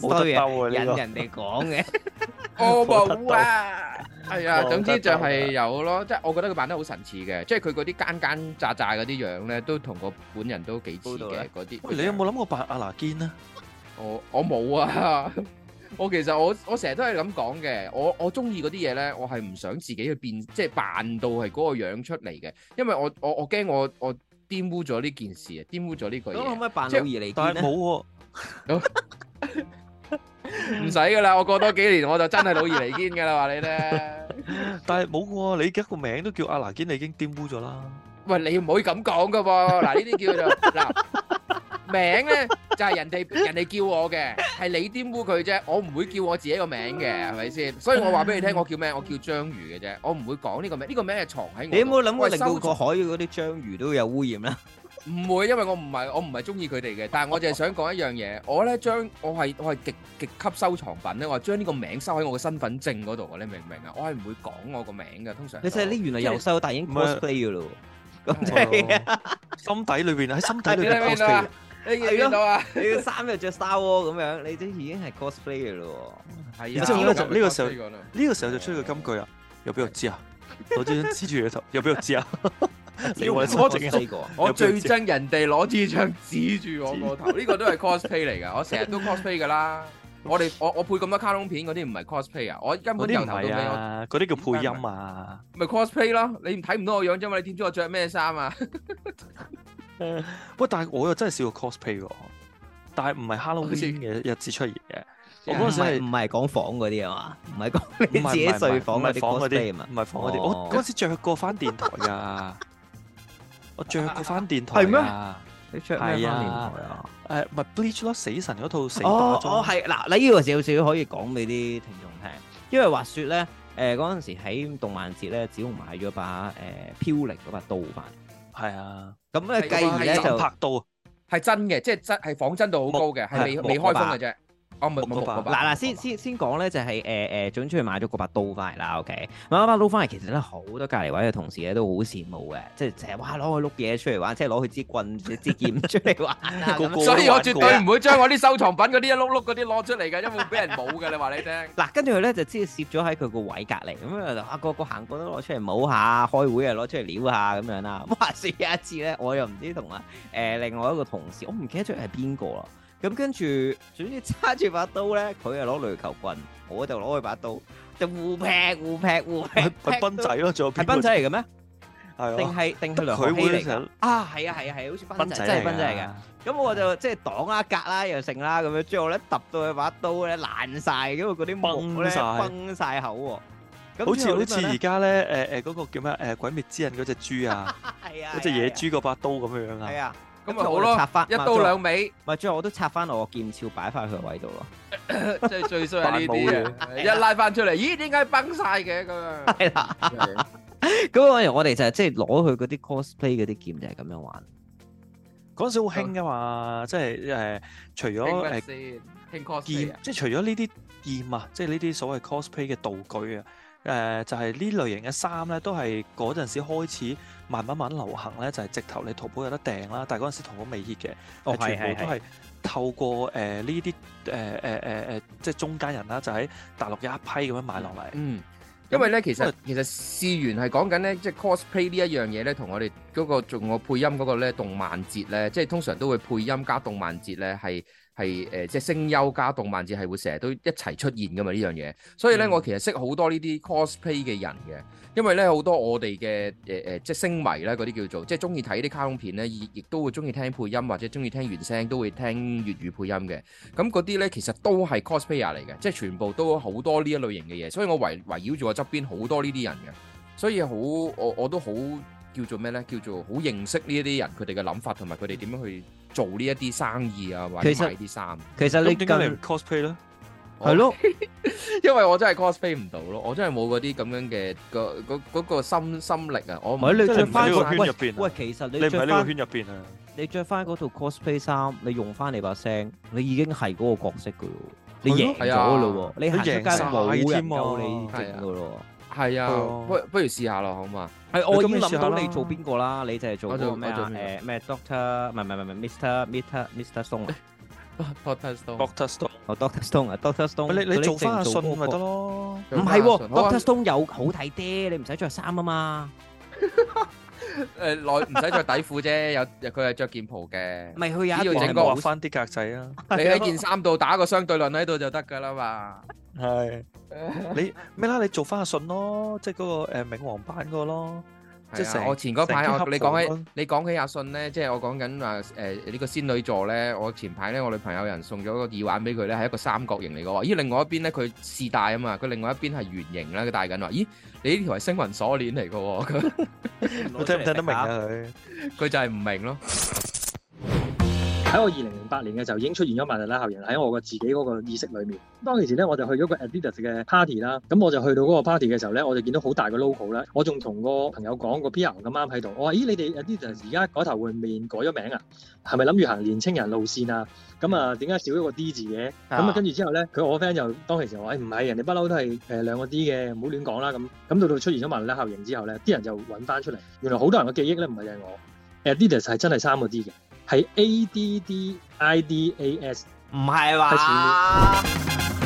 冇得衰啊！兜啊引呢個。人哋講嘅，我冇冇 *laughs* 啊！係啊，冇總之得就鬥係有咯，即係我覺得佢扮得好神似嘅，即係佢嗰啲奸奸詐詐嗰啲樣咧，都同個本人都幾高似度嘅咧嗰啲。喂，你有冇諗過扮阿拿堅啊？我我冇啊！ *laughs* 我其實我我成日都係咁講嘅，我我中意嗰啲嘢咧，我係唔想自己去變，即係扮到係嗰個樣出嚟嘅，因為我我我驚我我玷污咗呢件事啊，玷污咗呢個咁可唔嘢，可以扮即係老而嚟堅但係咧？冇唔使噶啦，我過多幾年我就真係老而彌堅噶啦，*laughs* 話你咧。喎，但係冇喎，你而家個名都叫阿拿堅，你已經玷污咗啦。喂，你唔可以咁講噶喎！嗱，呢啲叫做嗱名咧，就係人哋人哋叫我嘅，係你玷污佢啫，我唔會叫我自己個名嘅，係咪先？所以我話俾你聽，我叫咩？我叫章魚嘅啫，我唔會講呢個名，呢個名係藏喺我度。你有冇諗過我係令到收個海嗰啲章魚都有污染啦？唔會，因為我唔係我唔係中意佢哋嘅，但係我就係想講一樣嘢，我咧將我係我係極極級收藏品咧，我係將呢個名收喺我嘅身份證嗰度嘅，你明唔明啊？我係唔會講我個名嘅，通常都。你真係呢原來由細到大已經唔係 cosplay 嘅咯喎，咁即係心底裏邊喺心底你裏見邊唔見到 cosplay 啊。？你見唔見到啊？你要衫又着 Star Wars 咁樣，你都已經係 cosplay 嘅咯係啊，然之後咧咁就咪呢個時候 cosplay 咗啦呢個時候就出咗個金句啊！又俾我知啊！ *laughs* 攞支槍黐住你頭，又俾我知啊！你話喎。你錯正啊 cosplay 過啊我最憎人哋攞支槍指住我個頭，呢個都係 cosplay 嚟㗎，我成日都 cosplay 㗎啦。我哋我我配咁多卡通片嗰啲唔係 cosplay à? 啊，我根嗰本啲由唔頭到係尾我啊，嗰啲叫配音啊！咪 cosplay 咯，你唔睇唔到我樣啫嘛，你點知我着咩衫 *laughs* 啊？喂，但係我又真係試過 cosplay 喎，但係唔係好似 Halloween 嘅日子出現嘅，我唔嗰陣時係係唔係講房嗰啲啊嘛，唔係講 *laughs* 唔你係自己唔係唔睡係房唔嗰係啲房嗰 cosplay 啊啲嘛，唔係房嗰啲，哦我嗰陣時着過翻電台㗎，我着過翻電台係咩㗎你着咩係翻啊年代啊？誒咪 Bleach 咯，死神嗰套死打哦，哦裝，係嗱，你呢個少少可以講俾啲聽眾聽，因為話説咧，誒嗰陣時喺動漫節咧，子龍買咗把誒飄零嗰把刀翻，係啊，咁咧係繼嗰把而咧係斬就拍刀啊，係真嘅，即係真係仿真度好高嘅，係未木未開封嘅啫。哦，唔係木木嗰把嗰把嗱嗱，先先先講咧，就係誒誒，總之佢買咗嗰把刀翻嚟啦，OK。買咗把刀翻嚟，其實咧好多隔離位嘅同事咧都好羨慕嘅，即係成日哇攞佢碌嘢出嚟玩，即係攞佢支棍、支劍出嚟玩啊個咁個樣都所以我絕對玩唔會將我啲收藏品嗰啲一碌碌嗰啲攞出嚟㗎，因為會俾人冇㗎。你話你聽，嗱，跟住佢咧就知攝咗喺佢個位隔離，咁啊就啊個個行過都攞出嚟摸下，開會啊攞出嚟撩下咁樣啦。咁 *laughs* 話説有一次咧，我又唔知同啊誒另外一個同事，我唔記得咗係邊個啦。咁跟住總之揸住把刀咧，佢又攞壘球棍，我就攞佢把刀，就互劈互劈互劈。係 *laughs* 係賓仔咯，仲有係邊個賓仔嚟嘅咩？係定啊，係定係梁佢學熙會嚟㗎成日啊？係啊係啊係啊，好似賓賓仔仔真係嚟賓仔嚟嘅。㗎。咁我就即係擋啦、隔啦、又剩啦咁樣，最後咧揼到佢把刀咧爛晒，咁啊嗰啲木咧崩晒崩晒口喎。咁好似之後好點似樣而咧家咧誒誒嗰個叫咩誒《鬼滅之刃》嗰只豬啊， *laughs* 係啊嗰隻野豬嗰把刀咁樣樣係啊，啊，咁咁咪咪好好咯，咯，插翻一刀，兩尾，唔係最後我都插翻我個劍鞘擺翻去個位度咯。 *laughs* 即係最衰係呢扮啲啊！一拉翻出嚟，咦？點解崩晒嘅咁 *laughs* 啊？係啦，咁我我哋就係即係攞佢嗰啲 cosplay 嗰啲劍就係咁樣玩。嗰陣時好興噶嘛，即係誒除傾咗咩誒先？傾 cosplay 啊劍，即係除咗呢啲劍啊，即係呢啲所謂 cosplay 嘅道具啊，誒就係呢類型嘅衫咧，都係嗰陣時開始慢慢慢慢流行咧，就係直頭你淘寶有得訂啦，但係嗰陣時淘寶未 hit 嘅。哦係全係部都係係透過誒呃呢啲誒誒誒誒，即係中間人啊啦，就喺大陸有一批咁樣買落嚟。嗯，因為咧，其因實其實試源係講緊咧，即係 cosplay 呢一樣嘢咧，同我哋嗰個做我配音嗰個咧動漫節咧，即係通常都會配音加動漫節咧，係係誒，即係聲優加動漫節係會成日都一齊出現噶嘛呢樣嘢。所以咧，嗯我其實識好多呢啲 cosplay 嘅人嘅，因為咧好多我哋嘅誒誒，即係星迷咧嗰啲叫做，即係中意睇啲卡通片咧，亦亦都會中意聽配音或者中意聽原聲，都會聽粵語配音嘅。咁嗰啲咧其實都係 cosplayer 嚟嘅，即係全部都好多呢一類型嘅嘢，所以我圍圍繞住我側邊好多呢啲人嘅，所以好我我都好叫做咩咧，叫做好認識呢一啲人佢哋嘅諗法同埋佢哋點樣去做呢一啲生意啊，或者其實買啲衫。其實咁你點解你近唔 cosplay 咧？係咯，因為我真係 cosplay 唔到咯，我真係冇嗰啲咁樣嘅個嗰嗰個心心力啊，我唔唔係你係着唔翻喺呢個圈入喂邊啊喂，其實你你唔喺着呢個翻圈入邊啊，你着翻嗰套 cosplay 衫，你用翻你把聲，你已經係嗰個角色噶咯，你贏咗噶咯喎，你行出街你贏晒冇人添啊夠你勁噶咯係啊，係啊不不如試下咯，好嘛？喎。係我已你經今日諗到試下啦你做邊個啦，你就係做我嗰做個咩我做啊？邊個誒咩 ờ, Doctor 唔係唔係唔係 Mr Mr Mr Stone 啊， Doctor Stone， Doctor Stone，哦 Doctor Stone 啊 Doctor Stone，你你做翻阿淨信嗰個咪得咯，唔係喎，Doctor Stone 有好睇啲，你唔使着衫啊嘛。誒內啊唔使着底褲啫， *laughs* 有佢係着件袍嘅，咪佢有只一要個整係個畫冇翻啲格仔啊，你喺件衫度打個相對論喺度就得㗎啦嘛。係你咩啦？你做翻阿信咯，即係嗰個誒呃冥王版嗰個咯，即係係啊，成我前嗰排成我件你黑袍講起咯你講起阿信咧，即係我講緊話誒呢個仙女座咧，我前排咧我女朋友有人送咗個耳環俾佢咧，係一個三角形嚟嘅喎。咦，另外一邊咧佢試戴啊嘛，佢另外一邊係圓形啦，佢戴緊話，咦，你呢條係星雲鎖鏈嚟嘅喎，佢佢聽唔聽得明啊？佢？佢就係唔明咯。喺我二零零八年嘅時候已經出現咗曼德拉效應喺我嘅自己嗰個意識裏面。當其時咧，我就去咗個 Adidas 嘅 party 啦。咁我就去到嗰個 party 嘅時候咧，我就見到好大嘅 logo 啦。我仲同個朋友講個 PR 咁啱喺度，我話：咦，你哋 Adidas 而家改頭換面改咗名啊？係咪諗住行年青人路線啊？咁啊，點解少咗個 D 字嘅？咁啊，跟住之後咧，佢我 friend 就當其時話：誒唔係，人哋不嬲都係誒兩個 D 嘅，唔好亂講啦。咁咁到到出現咗曼德拉效應之後咧，啲人就揾翻出嚟，原來好多人嘅記憶咧唔係就係我 Adidas 係真係三個 D 嘅。係 A D D I D A S。唔係話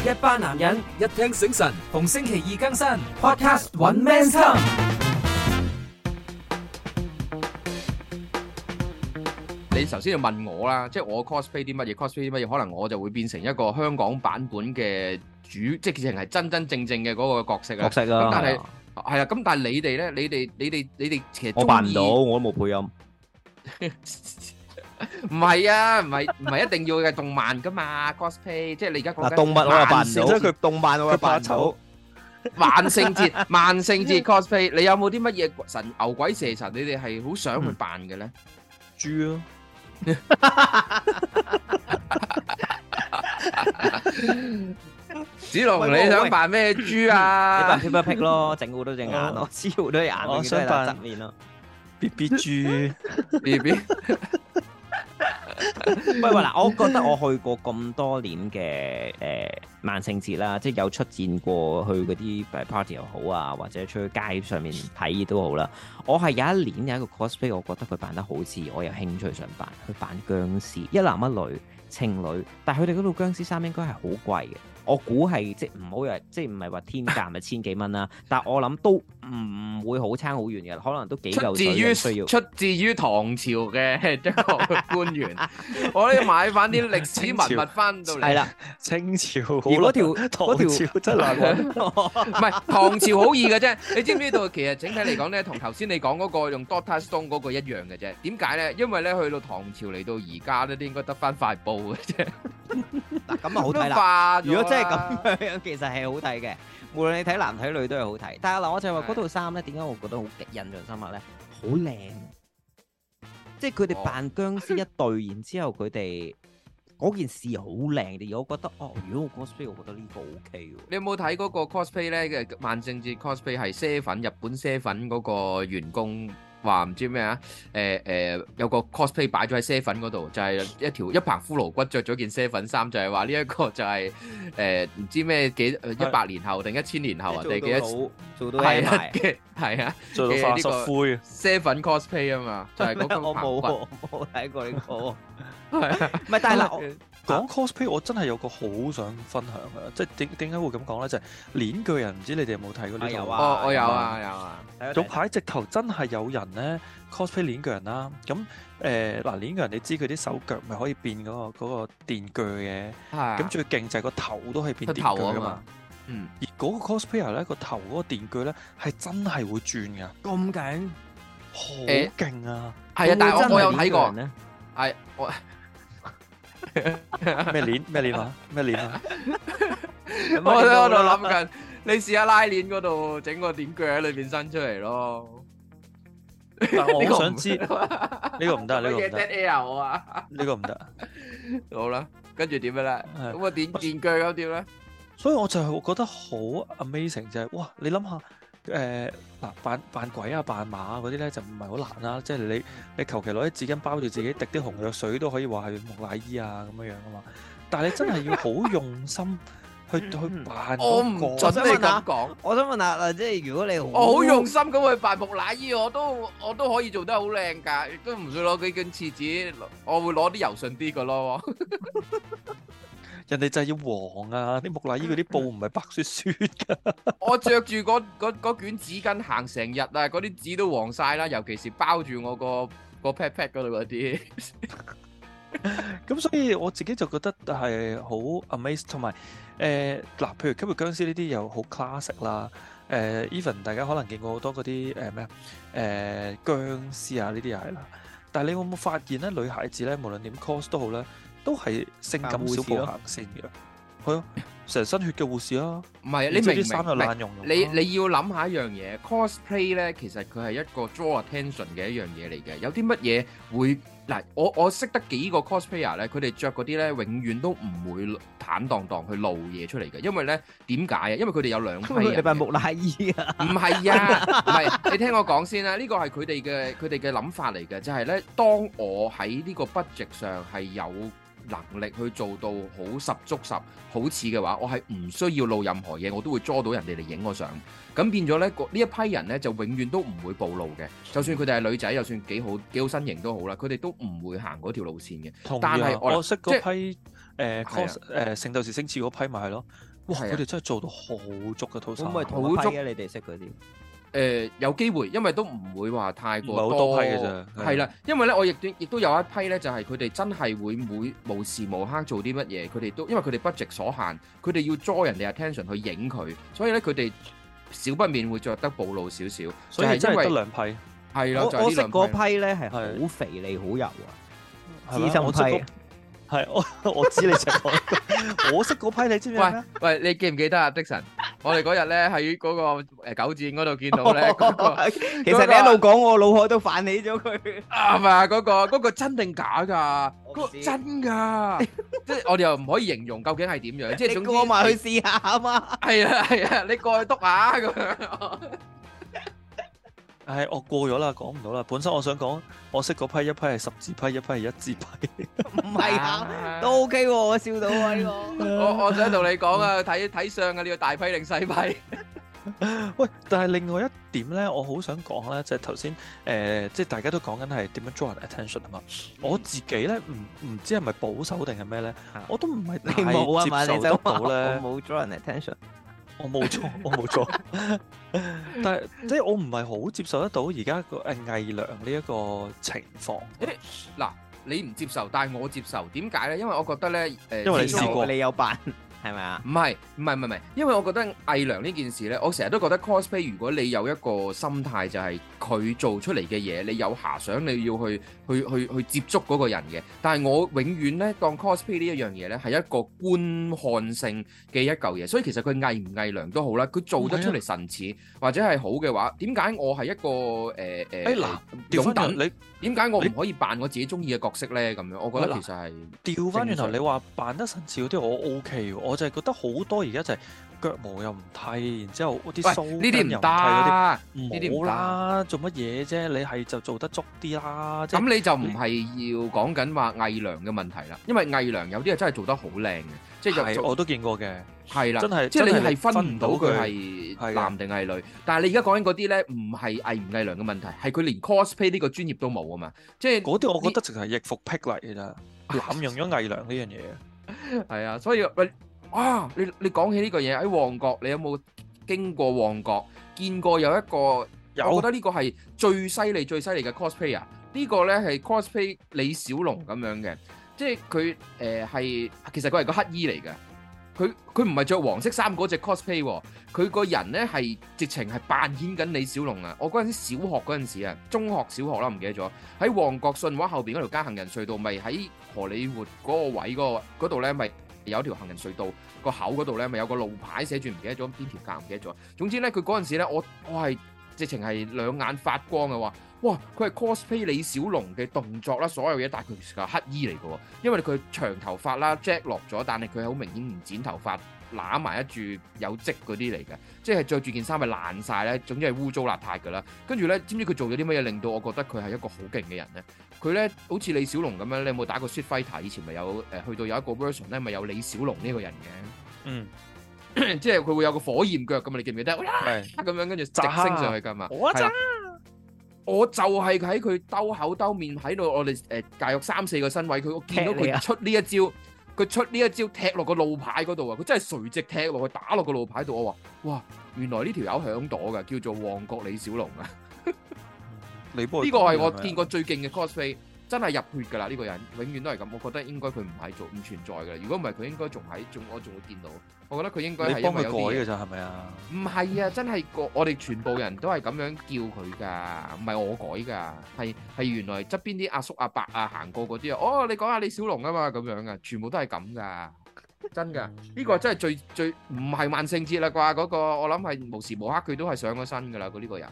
開一班男人，一聽醒神，逢星期二更新。Podcast 揾 Men's Come。你頭先就問我啦，即係我 cosplay 啲乜嘢，cosplay 啲乜嘢，可能我就會變成一個香港版本嘅主，即係直情係真真正正嘅嗰個角色角啊。色啊。咁但係係啊，咁但係你哋咧，你哋你哋你哋其實我扮唔到，鍾意我都冇配音。 *laughs* 唔係啊，唔係唔係一定要嘅動漫噶嘛，cosplay 即係你而家講嗱，緊動物我又扮唔即係到，佢動漫我又佢怕扮唔到醜。萬聖節萬聖 *laughs* 節 cosplay，你有冇啲乜嘢神牛鬼蛇神？你哋係好想去扮嘅咧？豬啊咯，子龍，喂你喂想扮咩豬你啊 *laughs* 扮？Peppa Pig 咯，整好多隻眼咯，黐好多隻眼，我永遠都想係扮側面咯。 B B *laughs* 豬， B B，喂喂，嗱，我覺得我去過咁多年嘅誒萬聖節啦，即係有出戰過去嗰啲誒 party 又好啊，或者出去街上 *laughs* 面睇都好啦。我係有一年有一個 cosplay，我覺得佢扮得好似，我有興趣想扮，佢扮僵屍，一男一女情侶，但係佢哋嗰套僵屍衫應該係好貴嘅。我估係即係唔好又即係唔係話天價 *laughs* 咪千幾蚊啦，但我諗都唔會好差好遠嘅，可能都幾出嚿自水於嘅需要。出自於唐朝嘅 *laughs* 一個官員，我哋買翻啲歷史文物翻到嚟係。啦，清朝好而嗰啦，條 *laughs* 唐嗰條朝真難 *laughs* 揾。唔係唐朝好易嘅啫，你知唔知道？其實整體嚟講咧，同頭先你講嗰個用 Doctor Stone 嗰個一樣嘅啫。點解咧？因為咧去到唐朝嚟到而家咧，都應該得翻塊布嘅啫，嗱咁啊好都睇啦。化咗啦如果真係咁樣，其實係好睇嘅。無論你睇男睇女都係好睇。但係嗱，我就係話係嗰套衫咧，點解我覺得好印象深刻咧？好靚，即係佢哋扮僵屍一隊，然之後佢哋嗰件事好靚。而我覺得哦，如果我 cosplay，我覺得呢個 OK 喎。你有冇睇嗰個 cosplay 咧嘅萬聖節 cosplay 係啡粉日本啡粉嗰個員工話唔知咩啊？誒、誒、有個 cosplay 擺咗喺啡粉嗰度，就係、一條一棚骷髏骨着咗件啡粉衫，就係話呢一個就係誒唔知咩幾一百年後定一千年後啊定幾多？做到係啊埋， *laughs* 嘅係啊。做到化石灰， seven cosplay 啊嘛，就係嗰個 *laughs* 我冇棚骨喎，我冇睇過呢個喎。係啊唔係，但係嗱，我講 cosplay 我真係有個好想分享嘅，即係點點解會咁講咧？就係鏈鋸人，唔知你哋有冇睇過呢啊有套啊？我我有啊有啊，睇咗早睇咗排直頭真係有人咧 cosplay 鏈鋸人啦，咁誒嗱鏈鋸人你知佢啲手腳咪可以變嗰、個嗰、個電鋸係啊嘅，咁最勁就係個頭都可以變個電頭啊鋸噶嘛嘛。嗯，而嗰個 cosplayer 咧個頭嗰個電鋸咧係真係會轉㗎，咁勁，好誒 *laughs* 勁啊！係啊，但係真我我有呢睇個人過，咧。係我咩鏈咩鏈啊咩 *laughs* 鏈啊！我喺度諗緊，你試下拉鏈嗰度整個點鋸喺裏邊伸出嚟咯，但我呢個好唔 *laughs* 想知呢個唔得，呢個乜嘢唔 dead 得， air 我啊， *laughs* 呢個唔得。好啦，跟住點樣咧？係咁啊點電鋸咁點咧？所以我就係覺得好 amazing 就係、哇！你諗下誒嗱扮扮鬼啊扮馬嗰啲咧就唔係好難啦、即係你你求其攞啲紙巾包住自己滴啲紅藥水都可以話係木乃伊啊咁樣樣啊嘛。但係你真係要好用心 *laughs* 去去扮嗯我嗰唔個、準你我想問下咁講。我想問下嗱，即係如果你我好用心咁去扮木乃伊，我都我都可以做得好靚㗎，亦都唔需攞幾根廁紙，我會攞啲柔順啲嘅 *laughs* 咯。人哋就係要黃啊！啲木乃伊嗰啲布唔係白雪雪㗎。我着住嗰嗰嗰卷紙巾行成日啊，嗰啲紙都黃晒啦，尤其是包住我個個 pat pat 嗰度嗰啲。咁所以我自己就覺得係好 amaze，同埋誒嗱，譬如今日僵屍呢啲又好 classic 啦。誒、even 大家可能見過好多嗰啲誒咩啊誒僵屍啊呢啲又係啦。但係你有冇發現咧，女孩子咧無論點 cos 都好咧，都係性感扮護士小步咯行先嘅。係啊，成身血嘅護士啊，唔係你然之後明唔啲衫明唔又明？爛融融啊。你你要諗下一樣嘢，cosplay 咧，其實佢係一個 draw attention 嘅一樣嘢嚟嘅。有啲乜嘢會嗱？我我識得幾個 cosplayer 咧，佢哋着嗰啲咧，永遠都唔會坦蕩蕩去露嘢出嚟嘅，因為咧點解啊？因為佢哋有兩批人嘅。你扮木乃伊啊？唔係啊，唔係，你聽我講先啦。呢個係佢哋嘅佢哋嘅諗法嚟嘅，就係呢：當我喺呢個 budget 上係有能力去做到好十足十好似嘅話，我係唔需要露任何嘢，我都會捉到人哋嚟影我相。咁變咗呢，個呢一批人呢，就永遠都唔會暴露嘅。就算佢哋係女仔，就算幾好幾好身形都好啦，佢哋都唔會行嗰條路線嘅。同但意啊係我我識即嗰係批誒係啊 cos 誒聖鬥士星矢嗰批咪係咯，哇！係啊佢哋真係做到好足嘅套可衫啊唔，可以同一批嘅？你哋識嗰啲？誒、有機會，因為都唔會話太過唔係好多批嘅咋係係啦，因為咧，我亦都亦都有一批咧，就係佢哋真係會每無時無刻做啲乜嘢，佢哋都因為佢哋 budget 所限，佢哋要 draw 人哋 attention 去影佢，所以咧佢哋少不免會着得暴露少少，所就以係真因係為得兩批。係啦，我就係我呢識兩嗰批批咧係係好肥膩好油啊！係咪資深我識批嗰係我我知你食我，我識嗰批你知唔知係咩？喂，你記唔記得啊，Dixon？我 *laughs* 哋嗰日咧喺嗰個誒九展嗰度見 *laughs* 到咧，嗰個其實你一路講，我腦海都泛起咗佢。啊，唔係啊，嗰個嗰個真定假㗎？我唔嗰個知真㗎，即係我哋又唔可以形容究竟係點樣，即係你總之過埋去試下啊嘛！係啊係啊，你過去督下咁樣。係我過咗啦，講唔到啦。本身我想講，我識嗰批一批係十字批，一批係一字批。唔係啊，都 OK 喎，我笑到啊呢個。哦我我想同你講啊，睇睇相啊，你要大批定細批？ *laughs* 喂，但係另外一點咧，我好想講咧，就係頭先誒，即係大家都講緊係點樣 draw 人 attention 啊嘛。我自己咧，唔唔知係咪保守定係咩咧啊，我都唔係你冇啊嘛？太你接受就得話到咧。我冇 draw 人 attention。我 *laughs* 冇錯，我冇錯。 *laughs* 但係即係我唔係好接受得到而家個誒偽娘呢一個情況，嗱，你唔接受，但係我接受，點解咧？因為我覺得咧，誒、因為你始終試過你有扮係咪啊？唔係唔係唔係唔係，因為我覺得偽娘呢件事呢，我成日都覺得 cosplay 如果你有一個心態就係佢做出嚟嘅嘢，你有遐想，你要去去去去接觸嗰個人嘅。但係我永遠呢，當 cosplay 呢一樣嘢呢，係一個觀看性嘅一嚿嘢，所以其實佢偽唔偽娘都好啦，佢做得出嚟神嗯似或者係好嘅話，點解我係一個呃誒啊哎誒嗱調翻等轉你點解我唔可以扮我自己中意嘅角色呢？咁樣我覺得喂嗱其實係調翻轉頭，正常你話扮得神似嗰啲我 O K 喎，我就係覺得好多而家就係腳毛又唔剃，然之後啲鬚喂呢啲根唔又唔剃嗰啲，得。呢啲唔冇啦，做乜嘢啫？你係就做得足啲啦，即係咁你就唔係要講緊話偽良嘅問題啦，因為偽良有啲係真係做得好靚嘅，即係係又我做都見過嘅，係啦真，係即係你真係分唔到佢係啊係嘅男定係女。但係你而家講緊嗰啲咧，唔係偽唔偽良嘅問題，係佢連 cosplay 呢個專業都冇啊嘛，即係嗰啲，我覺得直係逆服癖 *laughs* 嚟嘅咋，濫用咗偽娘呢樣嘢。係啊，所以喂，哇！你你講起呢個嘢喺旺角，你有冇經過旺角見過有一個？我有覺得呢個係最犀利、最犀利嘅 cosplayer。呢個呢係 cosplay 李小龍咁樣嘅，即係佢誒係其實佢係個乞衣嚟嘅。佢佢唔係着黃色衫嗰只 cosplay 喎，佢個人呢係直情係扮演緊李小龍啊！我嗰陣時小學嗰陣時啊，中學小學啦唔記得咗，喺旺角信華後邊嗰條街行人隧道，咪喺荷里活嗰個位嗰個嗰度呢，咪有條行人隧道個口嗰度呢，咪有個路牌寫住唔記得咗邊條街唔記得咗。總之呢，佢嗰陣時呢，我我係。直情係兩眼發光嘅話，哇！佢係 cosplay 李小龍嘅動作啦，所有嘢，但係佢其實係乞衣嚟嘅喎，因為佢長頭髮啦，jack 落咗，但係佢好明顯唔剪頭髮，揦埋一住有積嗰啲嚟嘅，即係着住件衫係爛晒咧，總之係污糟邋遢㗎啦。跟住咧，知唔知佢做咗啲乜嘢令到我覺得佢係一個好勁嘅人咧？佢咧好似李小龍咁樣，你有冇打過 Street Fighter？以前咪有誒、呃去到有一個 version 咧，咪有李小龍呢個人嗯，嘅， *coughs* 即係佢會有個火焰腳㗎嘛？你記唔記得？係啊咁樣跟住直升上去㗎嘛？我係啦我就係喺佢兜口兜面喺度，我哋誒大約三四個身位，佢我見到踢你啊佢出呢一招，佢出呢一招踢落個路牌嗰度啊！佢真係垂直踢落去，打落個路牌度。我話：哇，原來呢條友響朵㗎，叫做旺角李小龍啊！你幫呢個 *laughs* 係我啊見過最勁嘅 cosplay，真係入血㗎啦！呢、個人永遠都係咁，我覺得應該佢唔喺做，唔存在㗎啦。如果唔係，佢應該仲喺，仲我仲會見到。我覺得佢應該係你因幫為佢有啲嘢改嘅咋係咪啊？唔係啊，真係個我哋全部人都係咁樣叫佢噶，唔係我改噶，係係原來側邊啲阿叔阿伯啊行過嗰啲啊，哦你講下李小龍啊嘛咁樣啊，全部都係咁噶，真噶，呢個真係最最唔係萬聖節啦啩，嗰個我諗係無時無刻佢都係上咗身噶啦，佢呢個人，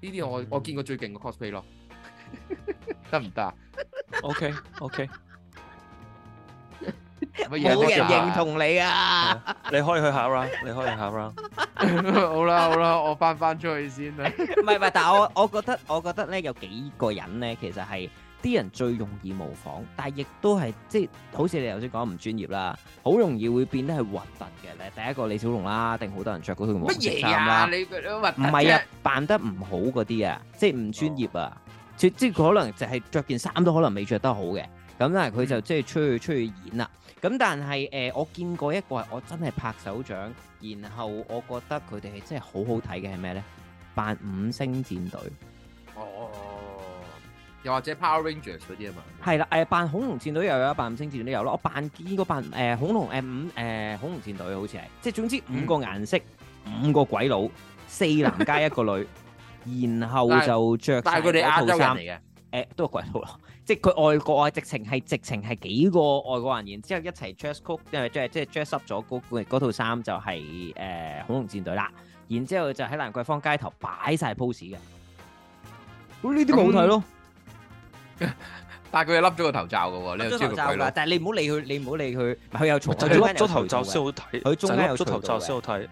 呢啲我我見過最勁嘅 cosplay 咯， *laughs* 得唔得啊？ OK OK，乜嘢冇都人得啊認同你啊！你可以去下 round，你可以去下 round。 *laughs* 好啦好啦，我翻翻出去先啦。唔係唔係，但係我我覺得我覺得咧有幾個人咧，其實係啲人最容易模仿，但係亦都係即係好似你頭先講唔專業啦，好容易會變得係核突嘅咧。第一個李小龍啦，定好多人着嗰套黃乜色嘢衫啊？啦，你個核唔突係啫啊，扮得唔好嗰啲啊，即係唔專業啊，即即係佢可能就係着件衫都可能未着得好嘅。咁但係佢就即係出去出去演啦。咁但係誒、呃我見過一個係我真係拍手掌，然後我覺得佢哋係真係好好睇嘅係咩咧？扮五星戰隊。哦，又或者 Power Rangers 嗰啲啊嘛。係啦，誒扮恐龍戰隊又有，啊扮五星戰隊都有咯。我扮見過扮誒、恐龍誒、五誒、恐龍戰隊好似係，即係總之五個顏色，五個鬼佬，四男加一個 *laughs* 女，然後就着但係佢哋晒嗰亞洲套人衫嚟，嘅，誒都係鬼佬咯。 *laughs* 即係佢外國啊，直情係直情係幾個外國人，然之後一齊 dress code，因為即係即係 dress up 咗嗰嗰嗰套衫就係、誒、恐龍戰隊啦。然之後就喺蘭桂坊街頭擺晒 pose 嘅，咁呢啲咪好睇咯。但係佢哋笠咗個頭罩嘅喎，你笠又咗知頭佢罩鬼㗎佬，。但係你唔好理佢，你唔好理佢，佢有重就要笠咗頭罩先好睇，佢中間有就笠咗頭罩渠道先好睇。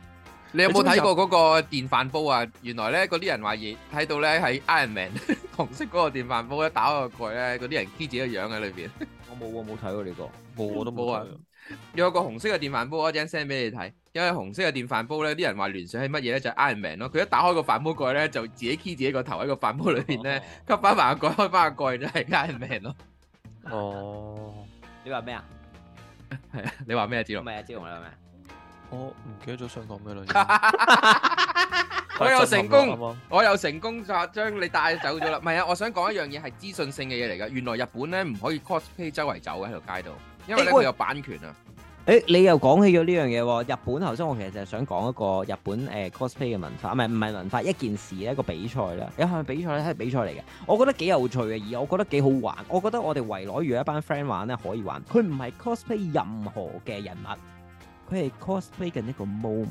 你有冇睇過嗰個電飯煲啊？原來咧嗰啲人話熱，睇到咧係 Iron Man *laughs* 紅色嗰個電飯煲咧打開個蓋咧，嗰啲人 key 自己個樣喺裏邊。我冇喎，冇睇過呢個。冇我都冇冇啊睇。有個紅色嘅電飯煲，我一陣 send 俾你睇。因為紅色嘅電飯煲咧，啲人話聯想係乜嘢咧？就係 Iron Man 咯。佢一打開個飯煲蓋咧，就自己 key 自己個頭喺個飯煲裏邊哦咧，吸翻埋個蓋，開翻個蓋就係 Iron Man 咯。哦，你話咩啊？你話咩啊？子唔龍？係啊，朱紅你話咩啊？我唔記得咗想講咩 *laughs* 啦已經。我有成功啱啱。我又成功就將你帶走咗啦。唔係啊，我想講一樣嘢係資訊性嘅嘢嚟㗎。原來日本咧唔可以 cosplay 周圍走嘅喺條街度，因為咧欸喂佢有版權啊。誒，你又講起咗呢樣嘢喎。日本頭先我其實就係想講一個日本誒 cosplay 嘅文化，唔係唔係文化，一件事一個比賽啦。有係咪比賽咧？係比賽嚟嘅，我覺得幾有趣嘅，而我覺得幾好玩。我覺得我哋圍內如果一班 friend 玩咧可以玩。佢唔係 cosplay 任何嘅人物，佢係 cosplay 緊一個 moment。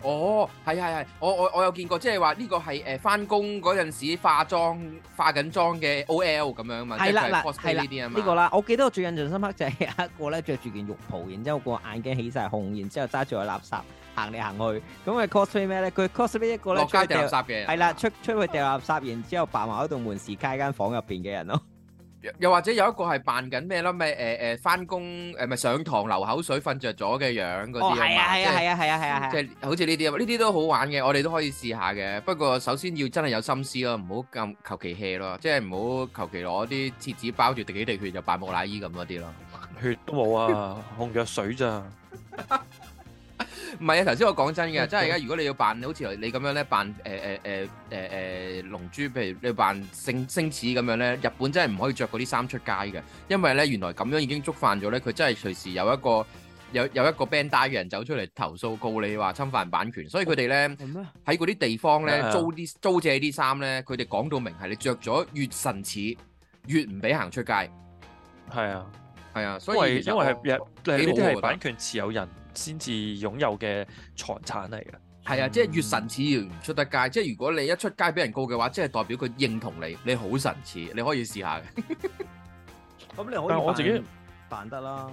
哦，係係係，我我我有見過，即係話呢個係誒翻工嗰陣時化妝化緊妝嘅 OL 咁樣嘛，即係係啦佢嗱係 cosplay 係啦呢啲啊嘛。呢個啦，我記得我最印象深刻就係有一個咧着住件浴袍，然之後個眼鏡起晒控，然之後揸住個垃圾行嚟行去，咁佢 cosplay 咩咧？佢 cosplay 一個咧落街出去掉掉垃圾嘅人係啦，，出出去掉垃圾，然之後扮埋喺度門市街間房入邊嘅人咯。又又或者有一個係扮緊咩啦，咪誒誒翻工誒咪上堂流口水瞓着咗嘅樣嗰哦，啲啊係啊，嘛，即係係啊，係啊，係啊，係啊，嗯即係啊。係好似呢啲啊，呢啲都好玩嘅，我哋都可以試下嘅。不過首先要真係有心思咯，唔好咁求其 hea 咯，即係唔好求其攞啲廁紙包住滴幾滴血就扮木乃伊咁嗰啲咯。血都冇啊， *laughs* 紅藥水咋？唔係啊，頭先我講真嘅，真係而家如果你要扮好似你咁樣咧，扮誒誒誒誒誒龍珠，譬如你扮星星矢咁樣咧，日本真係唔可以着嗰啲衫出街嘅，因為咧原來咁樣已經觸犯咗咧，佢真係隨時有一個有有一個 band 嘅人走出嚟投訴告你話侵犯版權，所以佢哋咧。係咩？喺嗰啲地方咧啊租啲租借啲衫咧，佢哋講到明係你着咗越神似，越唔俾行出街。係啊，係啊，所因以為其實因為係我日呢幾好啊啲我覺係得版權持有人先至擁有嘅財產嚟嘅。係嗯啊，即係越神似越唔出得街。即係如果你一出街俾人告嘅話，即係代表佢認同你，你好神似，你可以試下嘅。咁你可以但係我自己扮得啦。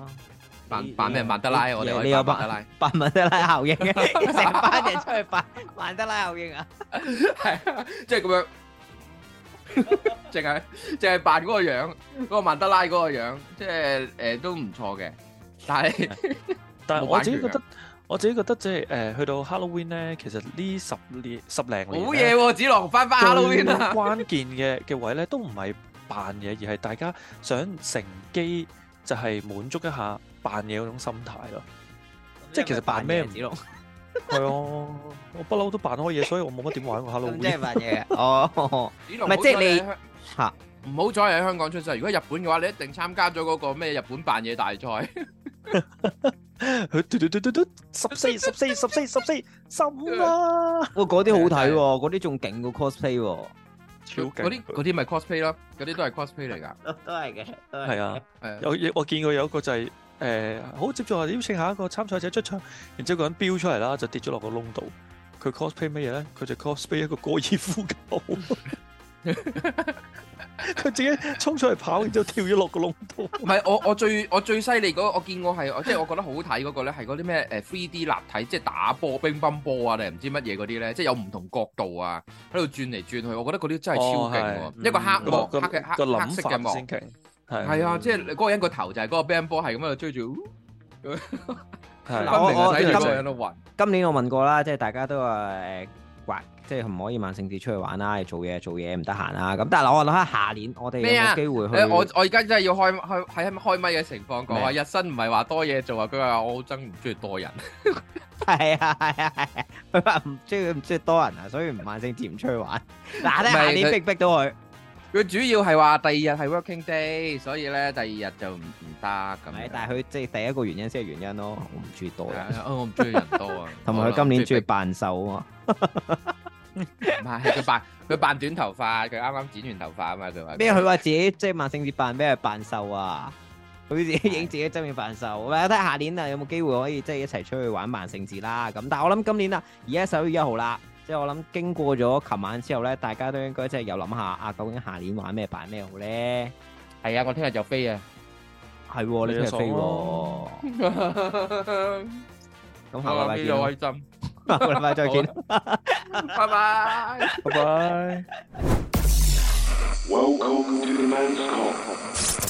扮扮咩曼德拉啊？我哋可以扮曼德拉。扮曼德拉效應嘅，啊 *laughs* 成班人出去扮曼德拉效應啊！系啊， *laughs* 即係咁樣，淨係淨係扮嗰個樣，嗰、個曼德拉嗰個樣，即係诶、誒都唔錯嘅。但 *laughs* 係但係冇我版自己覺權㗎啊得，我自己覺得即係誒去到 Halloween 咧，其實呢十年十零年好呢嘢喎，子龍翻翻 Halloween 啊啦。關鍵嘅嘅位咧，都唔係扮嘢，而係大家想乘機就係滿足一下扮嘢嗰種心態 *laughs* 咯。即係其實扮咩唔子龍，係啊，我不嬲都扮開嘢，所以我冇乜點玩過咁即 Halloween 係。扮嘢啊哦， *laughs* 子龍唔係即係你好彩嚇喺香唔好彩係香港出世，如果日本嘅話，你一定參加咗嗰個咩日本扮嘢大賽。佢 *laughs* 嘟嘟嘟嘟嘟，十四十四十四十四十 *laughs* 五啊！哇嗰啲 *laughs* 好睇喎，嗰啲仲勁過 cosplay 喎，超勁！嗰啲嗰啲咪 cosplay 咯，嗰啲都係 cosplay 嚟㗎。 *laughs* 都係嘅，都係啊。係啊有有我見過有一個就係、呃好接住話邀請下一個參賽者出場，然之後個人飆出嚟啦，就跌咗落個窿度。佢 cosplay 乜嘢咧？佢就 cosplay 一個高爾夫球， *laughs* 佢自己衝出嚟跑，然之後跳咗落個窿度。唔係我我最我最犀利嗰個，我見過係我即係我覺得好睇嗰個咧，係嗰啲咩誒 3D 立體，即係打波、乒乓波啊，定係唔知乜嘢嗰啲咧，即係有唔同角度啊，喺度轉嚟轉去，我覺得嗰啲真係超勁喎！嗯哦一個黑幕、個黑嘅黑個黑諗色嘅法幕先，勁，係係啊，即係嗰個人個頭就係嗰個乒乓波，係咁喺度追住，係哦分我明啊我係睇今住嗰個人喺度暈。今年我問過啦，即係大家都話誒滑，即係唔可以萬聖節出去玩啦，要做嘢做嘢唔得閒啦。咁但係我諗下下年我哋有咩啊冇機會去？誒，我我而家真係要開開喺開咪嘅情況講啊，咩日新唔係話多嘢做啊，佢話我好憎唔中意多人。 *laughs* 係啊係啊係啊，佢話唔中意唔中意多人啊，所以唔萬聖節唔出去玩。嗱，睇唔係下年佢逼唔逼到佢？佢主要係話第二日係 working day，所以咧第二日就唔唔得咁係樣。但係佢即係第一個原因先係原因咯，我唔中意多人，係啊我唔中意人多啊。 *laughs* 同埋佢今年中意扮瘦啊嘛。唔係佢扮佢扮短頭髮，佢啱啱剪完頭髮啊嘛，佢話咩？佢話自己即係萬聖節扮咩扮瘦啊？佢自己影自己真面扮瘦，喂睇下下年啊有冇機會可以即係一齊出去玩萬聖節啦。咁但係我諗今年啊，而家十一月一號啦，即係我諗經過咗琴晚之後咧，大家都應該即係有諗下啊，究竟下年玩咩扮咩好咧？係啊，我聽日就飛啊。係喎，你你聽就日飛爽喎咯， *laughs* 咁我啊下個禮拜呢見度啦，開心， *laughs* 下個禮拜再見。拜拜。拜拜。 Welcome to the man's call.